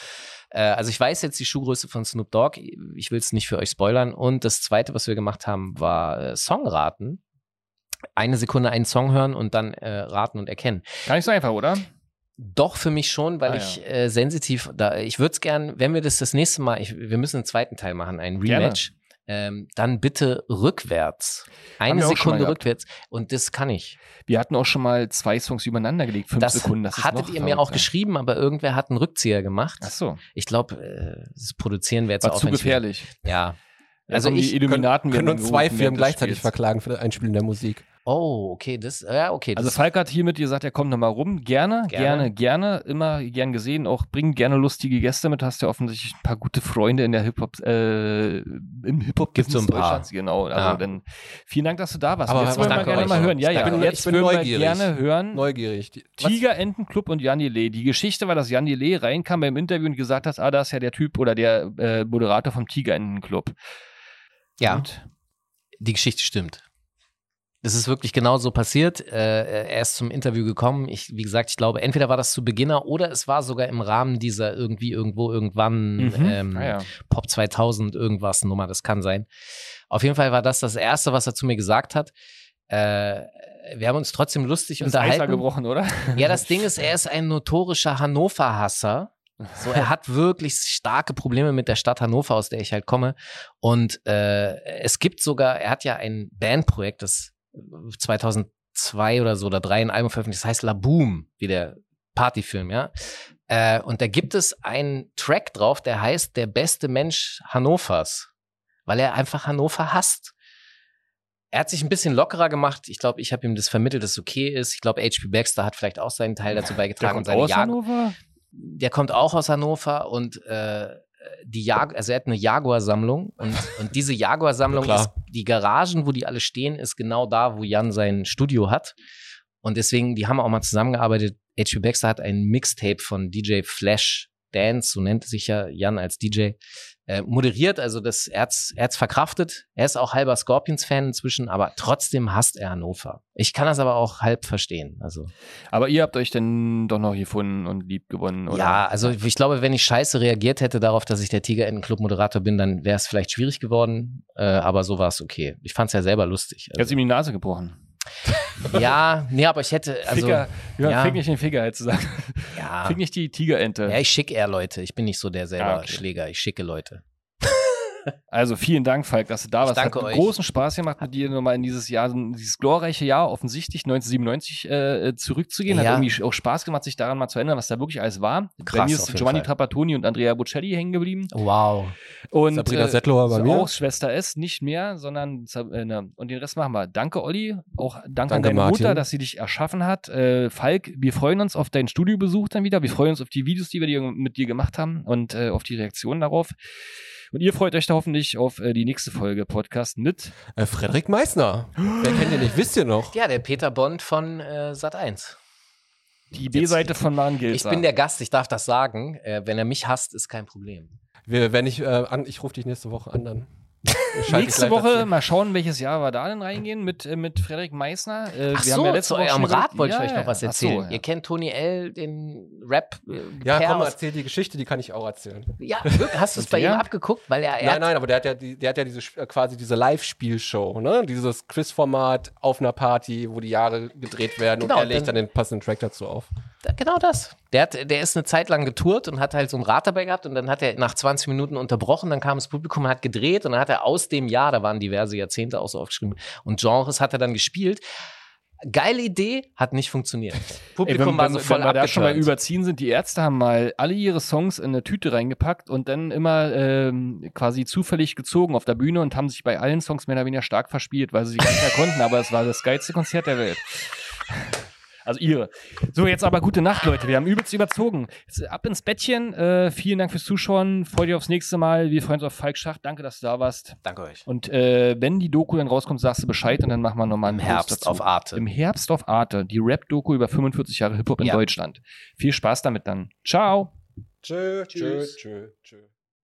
A: Äh, also ich weiß jetzt die Schuhgröße von Snoop Dogg. Ich will es nicht für euch spoilern. Und das Zweite, was wir gemacht haben, war äh, Songraten. Eine Sekunde einen Song hören und dann äh, raten und erkennen.
E: Gar nicht so einfach, oder?
A: Doch, für mich schon, weil
E: Ah, ja.
A: ich äh, sensitiv da. Ich würde es gern, wenn wir das das nächste Mal, ich, wir müssen einen zweiten Teil machen, einen
E: Gerne.
A: Rematch. Ähm, dann bitte rückwärts. Eine
E: wir auch schon mal
A: Sekunde
E: gehabt.
A: rückwärts. Und das kann ich.
E: Wir hatten auch schon mal zwei Songs übereinander gelegt, fünf
A: das
E: Sekunden. Das ist
A: hattet
E: noch
A: ihr mir auch
E: verrückter.
A: geschrieben, aber irgendwer hat einen Rückzieher gemacht.
E: Ach so,
A: Ich glaube, äh, das Produzieren wäre jetzt
E: war
A: auch
E: zu gefährlich.
A: Ja.
E: Da
A: Also
E: kommen die
A: ich-
E: Illuminaten
D: Können
E: werden
D: uns zwei
E: gerufen
D: Firmen
E: während des
D: gleichzeitig
E: Spiels.
D: verklagen für das Einspielen der Musik.
A: Oh, okay, das. Ja, okay.
E: Also
A: das,
E: Falk hat hiermit gesagt, er kommt nochmal rum. Gerne, gerne,
A: Gerne.
E: gerne, Immer gern gesehen. Auch bring gerne lustige Gäste mit. Hast ja offensichtlich ein paar gute Freunde in der Hip-Hop, äh, im Hip-Hop
A: Gibt's so ein paar.
E: Genau. Also
A: Ja.
E: dann vielen Dank, dass du da warst.
D: Aber
E: Und jetzt wollen wir
A: danke
E: gerne
A: euch.
E: mal hören. Ja,
D: Ich
E: ja.
D: bin-
E: jetzt
D: ich bin
E: würden wir
D: neugierig.
E: gerne hören.
D: Neugierig. Die- Was-
E: Tigerentenclub und Jan Delay. Die Geschichte war, dass Jan Delay reinkam beim Interview und gesagt hat, ah, da ist ja der Typ oder der äh, Moderator vom Tigerentenclub.
A: ja.
E: Und
A: die Geschichte stimmt. Das ist wirklich genau so passiert. Äh, er ist zum Interview gekommen. Ich, wie gesagt, ich glaube, entweder war das zu Beginner oder es war sogar im Rahmen dieser irgendwie, irgendwo, irgendwann
E: Mhm.
A: ähm,
E: Ah, ja.
A: Pop 2000 irgendwas Nummer, das kann sein. Auf jeden Fall war das das Erste, was er zu mir gesagt hat. Äh, wir haben uns trotzdem lustig
E: ist Eis
A: unterhalten.
E: gebrochen, oder?
A: Ja, das Ding ist, er ist ein notorischer Hannover-Hasser. So, er hat wirklich starke Probleme mit der Stadt Hannover, aus der ich halt komme. Und äh, es gibt sogar, er hat ja ein Bandprojekt, das 2002 oder so oder drei ein Album veröffentlicht, das heißt La Boom, wie der Partyfilm, ja. Äh, und da gibt es einen Track drauf, der heißt Der beste Mensch Hannovers, weil er einfach Hannover hasst er hat sich ein bisschen lockerer gemacht. Ich glaube, ich habe ihm das vermittelt, dass es okay ist. Ich glaube, HP Baxter hat vielleicht auch seinen Teil dazu
E: Der
A: beigetragen. und
E: kommt
A: seine
E: aus
A: Jag-
E: Hannover?
A: der kommt auch aus Hannover und äh, die Jag also er hat eine Jaguar-Sammlung und, und diese Jaguar-Sammlung
D: Na
A: ist,
D: klar.
A: die Garagen, wo die alle stehen, ist genau da, wo Jan sein Studio hat. Und deswegen, die haben auch mal zusammengearbeitet. H.P. Baxter hat ein Mixtape von DJ Flash Dance, so nennt sich ja Jan als DJ, äh, moderiert. Also das, er hat's, er hat's verkraftet. Er ist auch halber Scorpions-Fan inzwischen, aber trotzdem hasst er Hannover. Ich kann das aber auch halb verstehen. Also
E: Aber ihr habt euch denn doch noch gefunden und lieb gewonnen, oder?
A: ja, also ich glaube, wenn ich scheiße reagiert hätte darauf, dass ich der Tigerentenclub-Moderator bin, dann wäre es vielleicht schwierig geworden. Äh, aber so war es okay. Ich fand es ja selber lustig.
E: Er hat
A: Also,
E: ihm die Nase gebrochen.
A: ja, nee, aber ich hätte, also,
E: Ficker, ja,
A: ja.
E: fick nicht den Ficker, hättest du gesagt.
A: ja,
E: Fick nicht die Tigerente.
A: ja, ich schicke eher Leute. Ich bin nicht so der selber
E: Ah, okay.
A: Schläger. Ich schicke Leute.
E: Also vielen Dank, Falk, dass du da
A: Ich
E: warst.
A: danke
E: Hat
A: euch.
E: großen Spaß gemacht, mit dir nochmal in dieses Jahr, in dieses glorreiche Jahr, offensichtlich 1997 äh, zurückzugehen. Hat
A: Ja.
E: irgendwie auch Spaß gemacht, sich daran mal zu erinnern, was da wirklich alles war. bei
A: Krass,
E: mir
A: auf
E: ist
A: jeden
E: Giovanni
A: Fall.
E: Trapattoni und Andrea Bocelli hängen geblieben.
A: Wow.
E: Und äh,
D: Sabrina Settler bei
E: so
D: mir.
E: auch Schwester S, nicht mehr, sondern Sab- äh, ne. und den Rest machen wir. Danke, Olli. Auch danke, an
D: Danke,
E: deine Mutter,
D: Martin.
E: dass sie dich erschaffen hat. Äh, Falk, wir freuen uns auf deinen Studiobesuch dann wieder. Wir freuen uns auf die Videos, die wir dir, mit dir gemacht haben und äh, auf die Reaktionen darauf. Und ihr freut euch da hoffentlich auf äh, die nächste Folge Podcast mit.
D: Äh, Frederik Meissner. Wer kennt ihr nicht? Wisst ihr noch?
A: Ja, der Peter Bond von äh, Sat 1.
E: Die B-Seite von Marengilsa.
A: Ich bin der Gast, ich darf das sagen. Äh, wenn er mich hasst, ist kein Problem.
D: Wir, wenn ich, äh, an, ich rufe dich nächste Woche an, dann. schalte ich
E: Nächste
D: gleich
E: Woche
D: dazu.
E: mal schauen, welches Jahr wir da denn reingehen mit, äh, mit Frederik Meissner. Äh,
A: Ach so,
E: wir haben ja letzte
A: zu
E: Woche schon
A: eurem
E: gesagt-
A: Rat wollte
E: Ja,
A: ich euch noch was
E: ja. Ach so,
A: erzählen.
E: ja.
A: Ihr kennt Tony L., den Rap. äh,
D: Ja, komm,
A: Pair aus-
D: erzähl die Geschichte, die kann ich auch erzählen.
A: ja wirklich, hast du es bei ihm
E: der?
A: abgeguckt? Weil er, er
D: Nein, nein, aber der hat ja, die, der hat ja diese, Sp- äh, quasi diese Live-Spielshow, ne? Dieses Quiz-Format auf einer Party, wo die Jahre gedreht werden
A: Genau,
D: und er legt
A: dann-
D: dann den passenden Track dazu auf.
A: Da- Genau das. Der, hat, der ist eine Zeit lang getourt und hat halt so einen Rat dabei gehabt und dann hat er nach 20 Minuten unterbrochen, dann kam das Publikum, hat gedreht und dann hat er aus dem Jahr, da waren diverse Jahrzehnte auch so aufgeschrieben und Genres hat er dann gespielt. Geile Idee, hat nicht funktioniert.
E: Ey,
A: Publikum
E: wenn,
A: war
E: wenn,
A: so voll
E: wenn wir da schon mal
A: abgeturnt.
E: überziehen sind, die Ärzte haben mal alle ihre Songs in eine Tüte reingepackt und dann immer ähm, quasi zufällig gezogen auf der Bühne und haben sich bei allen Songs mehr oder weniger stark verspielt, weil sie sich nicht mehr konnten, aber es war das geilste Konzert der Welt. Also ihre. So, jetzt aber gute Nacht, Leute. Wir haben übelst überzogen. Jetzt ab ins Bettchen. Äh, vielen Dank fürs Zuschauen. Freut euch aufs nächste Mal. Wir freuen uns auf Falk Schacht. Danke, dass du da warst.
A: Danke euch.
E: Und äh, wenn die Doku dann rauskommt, sagst du Bescheid und dann machen wir nochmal
A: Im
E: einen
A: Herbst auf Arte.
E: im Herbst auf Arte, die Rap-Doku über 45 Jahre Hip-Hop in
A: Ja.
E: Deutschland. Viel Spaß damit dann. Ciao.
D: Tschö,
E: Tschüss.
D: tschö, tschö.